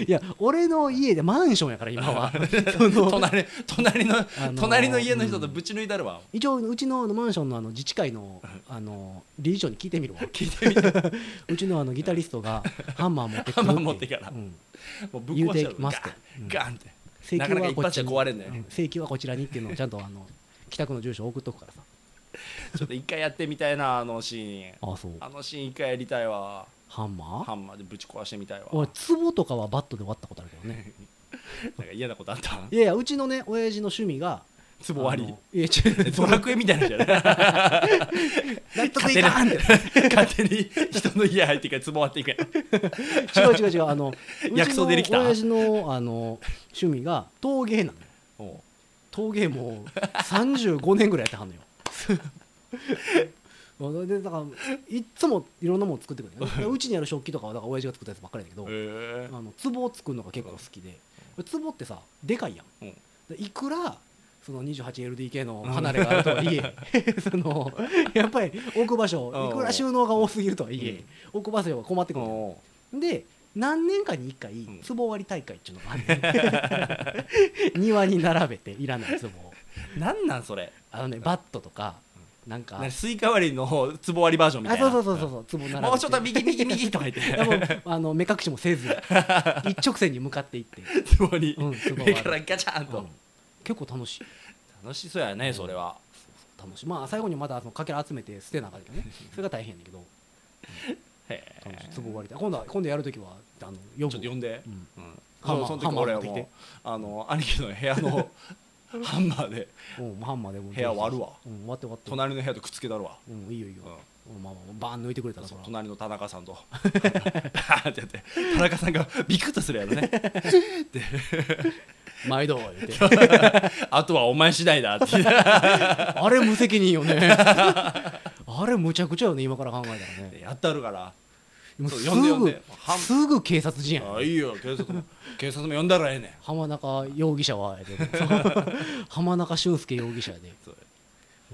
B: いいや俺の家でマンションやから今は *laughs* その
C: 隣隣の
B: ー
C: 隣の家の人とぶち抜いたるわ
B: 一応うちのあのマンションのあの自治会のあの理事長に聞いてみるわ
C: 聞いてみて
B: *laughs* うちのあのギタリストがハンマー持ってくる
C: ハンマー持ってから
B: うん
C: もうぶっ壊した
B: 言うてますって
C: るガンガンって
B: 請
C: な
B: 求
C: かなか
B: は
C: 一
B: こっ
C: 発
B: ち
C: じゃ
B: に
C: 壊れんだよ
B: う
C: ね
B: 請求はこちらにっていうのをちゃんとあの北区の住所送っとくからさ
C: ちょっと一回やってみたいなあのシーン
B: あそう
C: あのシーン一回やりたいわ
B: ハンマー
C: ハンマーでぶち壊してみたいわ
B: 俺壺とかはバットで割ったことあるけどね
C: なんか嫌なことあった
B: いやいやうちのね親父の趣味が
C: ツボ割
B: あ
C: り
B: のいや
C: *laughs*
B: ちょっ
C: ドラクエみたいなのじゃない
B: 納得
C: 勝
B: い
C: 手
B: かん
C: に
B: って
C: *laughs* 勝手に人の家入ってからツボ割っていくや
B: 違
C: ん
B: う違う違うあ
C: *laughs*
B: の
C: 薬草出てきた
B: うちの親父のあの趣味が陶芸なのよ
C: おう
B: 陶芸もう35年ぐらいやって
C: *laughs*
B: はんのよでだからいっつもいろんなもの作ってくるのよねうちにある食器とかはだから親父が作ったやつばっかりだけど、
C: へ
B: あの壺を作るのが結構好きで壺ってさでかいやん、
C: うん
B: でいくらその 28LDK の離れがあるとはいえ、 *laughs* そのやっぱり置く場所いくら収納が多すぎるとはいえ、置く場所が困って
C: え
B: くるのよ
C: お
B: で何年かに1回
C: ん
B: 壺割り大会っていうのがある、
C: *laughs*
B: ねん、庭に並べていらない壺を
C: うなんなんそれ
B: あのねバットとかなんか
C: なんかスイカ割りのツボ割りバージョンみた
B: あ
C: いな
B: そうそうそうそうそう壺並べて
C: もうちょっと右右右とか言って
B: でもあの目隠しもせ
C: *laughs*
B: ず一直線に向かっていって、
C: ツボに
B: うん *laughs* 壺割
C: *laughs* 上
B: り
C: からガチャン
B: う
C: と
B: ん結構楽しい
C: 楽しそうやねそれは
B: 楽しいまあ最後にまだそのかけら集めて捨てなあかったけどねそれが大変だけど
C: へえ
B: 楽しい壺割り大会今度は今度やるときはあの呼ぶ
C: ちょっと呼んで
B: うん
C: うん
B: ハンマー
C: その時俺は
B: ハンマー持っ
C: も
B: て
C: う
B: き
C: あの兄貴の部屋のハンマーで
B: うんハンマーでも
C: 部屋割るわ
B: うん割って割って
C: 隣の部屋とくっつけたるわ
B: うんいいよいいよ
C: うん
B: うんまあまあバーン抜いてくれたら
C: そ
B: そうら
C: 隣の田中さんと *laughs* バーンってやって田中さんがビクッとするやろ *laughs* ね
B: 毎度言うて
C: あとはお前次第だって言っ
B: あれ無責任よ
C: *laughs*
B: ねあれむちゃくちゃよね今から考えたら
C: て
B: ね
C: やったるから
B: もう
C: そう
B: す
C: 呼んで呼ん
B: ぐ
C: で半
B: すぐ警察人や
C: あ
B: ん
C: いいよ警察も警察も呼んだらええねん
B: 浜中容疑者はやで *laughs* 浜中俊介容疑者やで
C: そう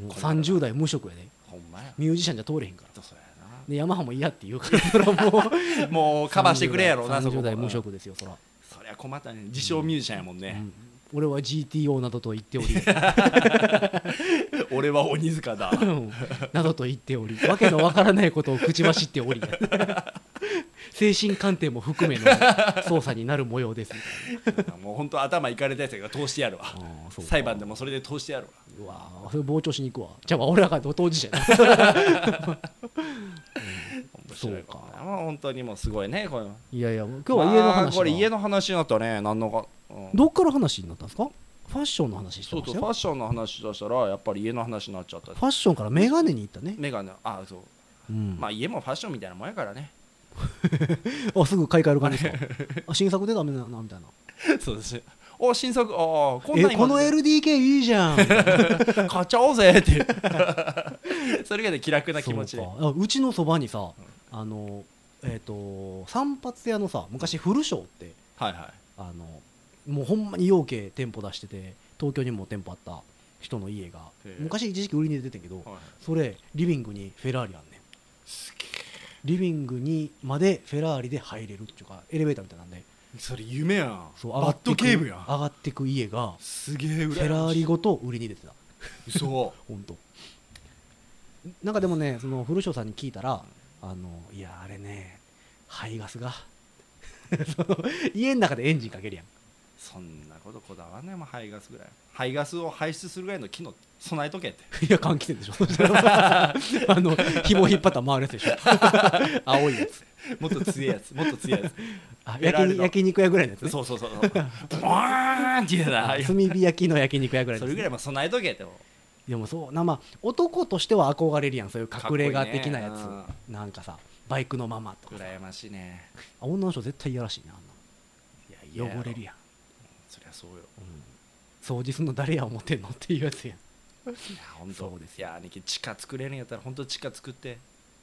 B: もう
C: これからな
B: 30代無職やで
C: ほんまや
B: ミュージシャンじゃ通れへんから
C: そうや
B: で山マハも嫌って言うからそれはもう
C: なも *laughs* うカバーしてくれやろうなそこ
B: 30代無
C: うん
B: 職ですよそら、
C: そりゃ困ったね自称ミュージシャンやもん
B: う
C: ね、
B: ん俺は GTO などと言っており
C: 俺は鬼塚だ
B: うん *laughs* などと言っておりわけのわからないことを口走っており *laughs* 精神鑑定も含めの捜査になる模様 *laughs* ですみ
C: もう本当頭いかれたやつが通してやるわ
B: たいな
C: 裁判でもそれで通してやるわ
B: うわーそれ傍聴しに行くわじゃあ俺らが当事者やなそうか
C: 面白いもう本当にもうすごいねこれ今
B: *laughs* いやいや今日は家の話
C: これ家
B: の
C: の話になったね何のか、うん
B: どっから話になったんですかファッションの話して
C: そう
B: ま
C: そ
B: し
C: う
B: た
C: ファ
B: よ
C: ッションの話出したらやっぱり家の話になっちゃった
B: ファッションからメガネに行ったね、
C: メガネあそ
B: う
C: う、
B: ん
C: まあ家もファッションみたいなもんやからね
B: あすぐ買い替える感じです *laughs* かあ新作でダメだなみたいな
C: *laughs* そうですお新作ああこんなん
B: えこの LDK いいじゃん
C: 買っちゃおうぜって *laughs* それがね気楽な気持ちで
B: そうかあうちのそばにさあのえっ、と散髪屋のさ昔フルショーって
C: はいは
B: あのもうほんまに養鶏店舗出してて東京にも店舗あった人の家が
C: へえ
B: 昔一時期売りに出ててんけど
C: い、はい、
B: それリビングにフェラーリあんねんリビングにまでフェラーリで入れるっていうかエレベーターみたいなんで
C: それ夢やん
B: そう
C: バッド
B: く
C: ケーブやん
B: 上がってく家が
C: すげえ
B: フ
C: 裏
B: ェラーリごと売りに出てた
C: 嘘
B: 本当なんかでもねその古庄さんに聞いたらあのいやあれね排ガスが *laughs* その家の中でエンジンかけるやん
C: *laughs*
B: *laughs*
C: そんなことこだわんねえもう排ガスぐらい排ガスを排出するぐらいの機能備えとけって
B: いや換気扇でしょそしたら *laughs* あの紐引っ張ったら回るやつでしょ *laughs* 青いやつ
C: もっと強い *laughs* やつもっと強いや
B: あ
C: フェラー
B: 焼
C: リ
B: き焼肉
C: の
B: 屋ぐらいのやつ
C: つ
B: ね
C: そうそう *laughs* そうそうブワーンって言う
B: あ
C: な
B: 炭火焼きの焼肉屋ぐらいの
C: それ
B: やつね
C: ぐらいも備えとけっても
B: でもそうなまあ男としては憧れるやんそういう隠れ家的なや
C: かっこいいね
B: つなんかさバイクのままと
C: う
B: かさ
C: 羨ましいね
B: あ女の人絶対いやらしいなあん
C: いや
B: な汚れる
C: や
B: やん、
C: ろそりゃそうよ
B: うん掃除すんの誰や思ってんのっていうやつやん
C: いや本
B: そ
C: 当ですいや兄貴地下作れるんやったら本当地下作って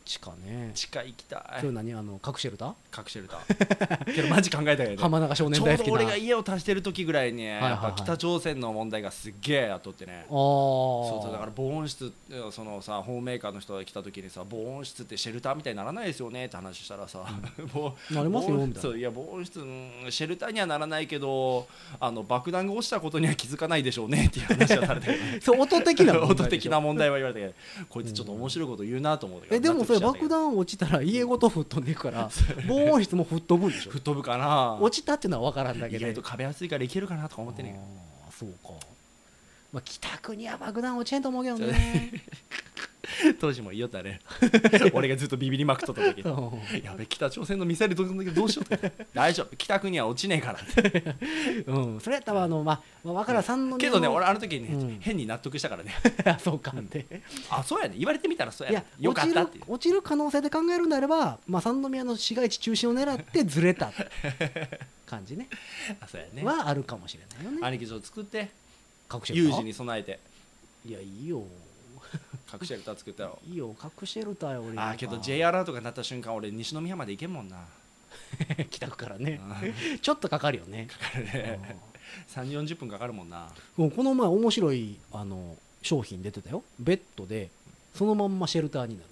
B: 地下ね
C: 地下行きたい
B: そういう何あの核シェルタ
C: 隠して
B: *laughs*
C: るたけどマジ考えたけ
B: ー
C: ど
B: 浜中少年
C: ちょ
B: 大
C: う
B: 好
C: ど
B: きな
C: 俺が家を足してる時ぐらいに
B: はいはい
C: やっぱ北朝鮮の問題がすっげえやっとってね
B: あー
C: そうそうだから防音室そのさホームメーカーの人が来た時にさ防音室ってシェルターみたいにならないですよねって話したらさ、もう
B: なりますよみたいな
C: そういや防音室うんシェルターにはならないけどあの爆弾が落ちたことには気づかないでしょうねっていう話はさ
B: *laughs*
C: れて
B: そう音的な問題でしょ
C: *laughs* 音的な問題は言われたけどこいつちょっと面白いこと言うなと思って
B: えでもそれ爆
C: 弾
B: 弾落ちたら家ごと吹っ飛んでいく
C: *laughs*
B: から防音室も吹っ飛ぶんでしょ
C: 吹っ飛ぶかな
B: 落ちたっていうのは分からんだけ
C: 意
B: ど
C: 外と壁厚いからいけるかなとか思ってんねんけど *laughs*
B: あーそうか、まあ、北区には爆弾落ちへんと思うけどね
C: 当時も言いよっ
B: *laughs*
C: たね俺がずっとビビりまくっとった時やべ北朝鮮のミサイルどんだけどうしようとか大丈夫北国は落ちねえからって
B: うん、それやったらあの、まあ、若田さんの
C: けどね俺あの時ね、
B: うん
C: 変に納得したからね
B: あ *laughs* そうかって、
C: *laughs* あそうやね言われてみたらそう
B: いや
C: やねよかったっ
B: 落ち
C: て
B: る落ちる可能性で考えるんであれば、まあ、三宮の市街地中心を狙ってずれた感じね
C: あそうや *laughs* ね
B: はあるかもしれないよね
C: 兄貴ちょっと作って
B: 隠シェル
C: 有
B: ター
C: 事に備えて
B: いやいいよ
C: 核シェルター作ったろ
B: いいよ隠しシェルターよ俺
C: *laughs* あーけど J アラートが鳴った瞬間俺西宮まで行けんもんな
B: 北区からね
C: あー
B: ちょっとかかるよね
C: かかる *laughs* ね3 4 0分かかるもんな
B: うんこの前面白いあの商品出てたよベッドでそのまんまシェルターになる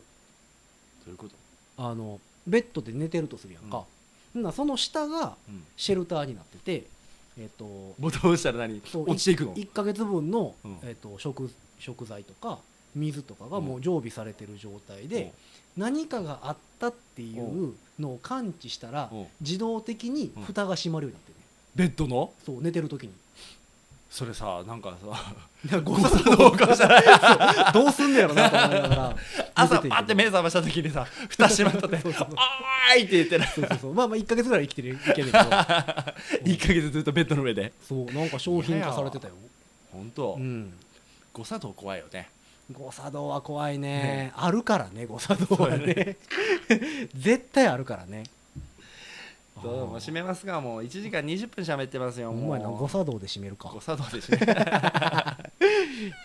C: どういうこと、
B: あのベッドで寝てるとするやんか、ほんならその下が
C: うん、
B: シェルターになっててえっ、と
C: ボタン押したら何
B: そう
C: 落ちていくの
B: 1ヶ月分の、
C: うん
B: えっと食食材とか水とかがもう常備されてる状態で、何かがあったっていうのを感知したら
C: うんうん
B: 自動的に蓋が閉まるようになってるね、
C: ベッドの
B: そう寝てる時に
C: それさなんかさ
B: 誤
C: 誤作動かもしれない
B: どうすんのやろなと思いながら
C: *laughs* 朝
B: 見ててんけど
C: パッて目覚ました時にさ蓋閉まっと *laughs* って「
B: そうそうそう
C: あーい!」って言ってな
B: そうそうそうまあまあ1ヶ月ぐらいは生きてるいけるけど
C: *laughs* 1ヶ月ずっとベッドの上で
B: そうなんか商品化されてたよ、
C: 本当、
B: うん、
C: 誤作動怖いよね
B: 誤作動は怖いねあるからね誤作動はね *laughs* 絶対あるからね
C: どうも閉めますがもう1時間20分喋ってますよ
B: お
C: もう
B: 前な誤作動で締めるか
C: 誤作動で閉
B: *laughs*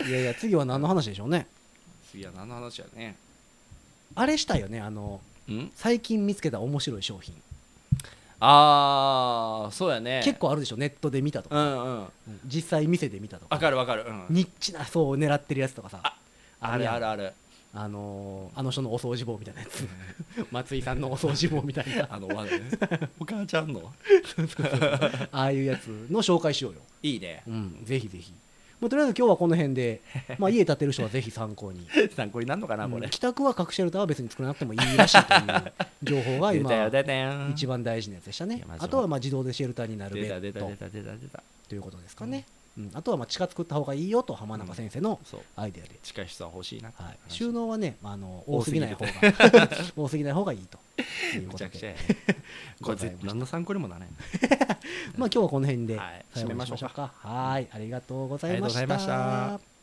C: め
B: いやいや次は何の話でしょうね
C: 次は何の話やね
B: あれしたいよねあの
C: ん
B: 最近見つけた面白い商品、
C: あーそうやね
B: 結構あるでしょネットで見たとか、
C: うんうん
B: 実際店で見たとか
C: わかるわかる、うん、
B: ニッチなそう狙ってるやつとかさ
C: ああ
B: る
C: る
B: やん
C: あるある
B: あのーあの人のお掃除棒みたいなや
C: *laughs*
B: つ松井さんのお掃除棒みたい *laughs* な
C: あのわお母ちゃんの
B: ああいうやつの紹介しようよ、
C: いいね
B: うん、ぜひぜひもうとりあえず今日はこの辺
C: *laughs*
B: で、まあ、家建てる人はぜひ参考に
C: 参考になるのかなこ
B: うん
C: れ
B: 帰宅は核シェルターは別に作らなくてもいいらしいと
C: *laughs*
B: いう情報が
C: 出
B: 今
C: たよ出たよ
B: 一番大事なやつでした
C: い
B: ね
C: やまあそう
B: あとはまあ自動でシェルターになるベ
C: 出た
B: ッ
C: 出た出
B: ド
C: た出た出た
B: ということですかね、うん、あとはまあ地下作った方がいいよと浜中先生の
C: そう
B: アイデアで、
C: 地下室は欲しいなって
B: はい、
C: 話
B: 収納はね、まあ、あの多すぎない方が多すぎない方がいいという
C: む
B: こ
C: ち *laughs*
B: と
C: ゃくちゃや
B: で
C: ねこれ絶対何の参考にもならない
B: まあ今日はこの辺で
C: はい
B: 最後に
C: 締めましょうか
B: はいありがとうござい
C: ありがとうございました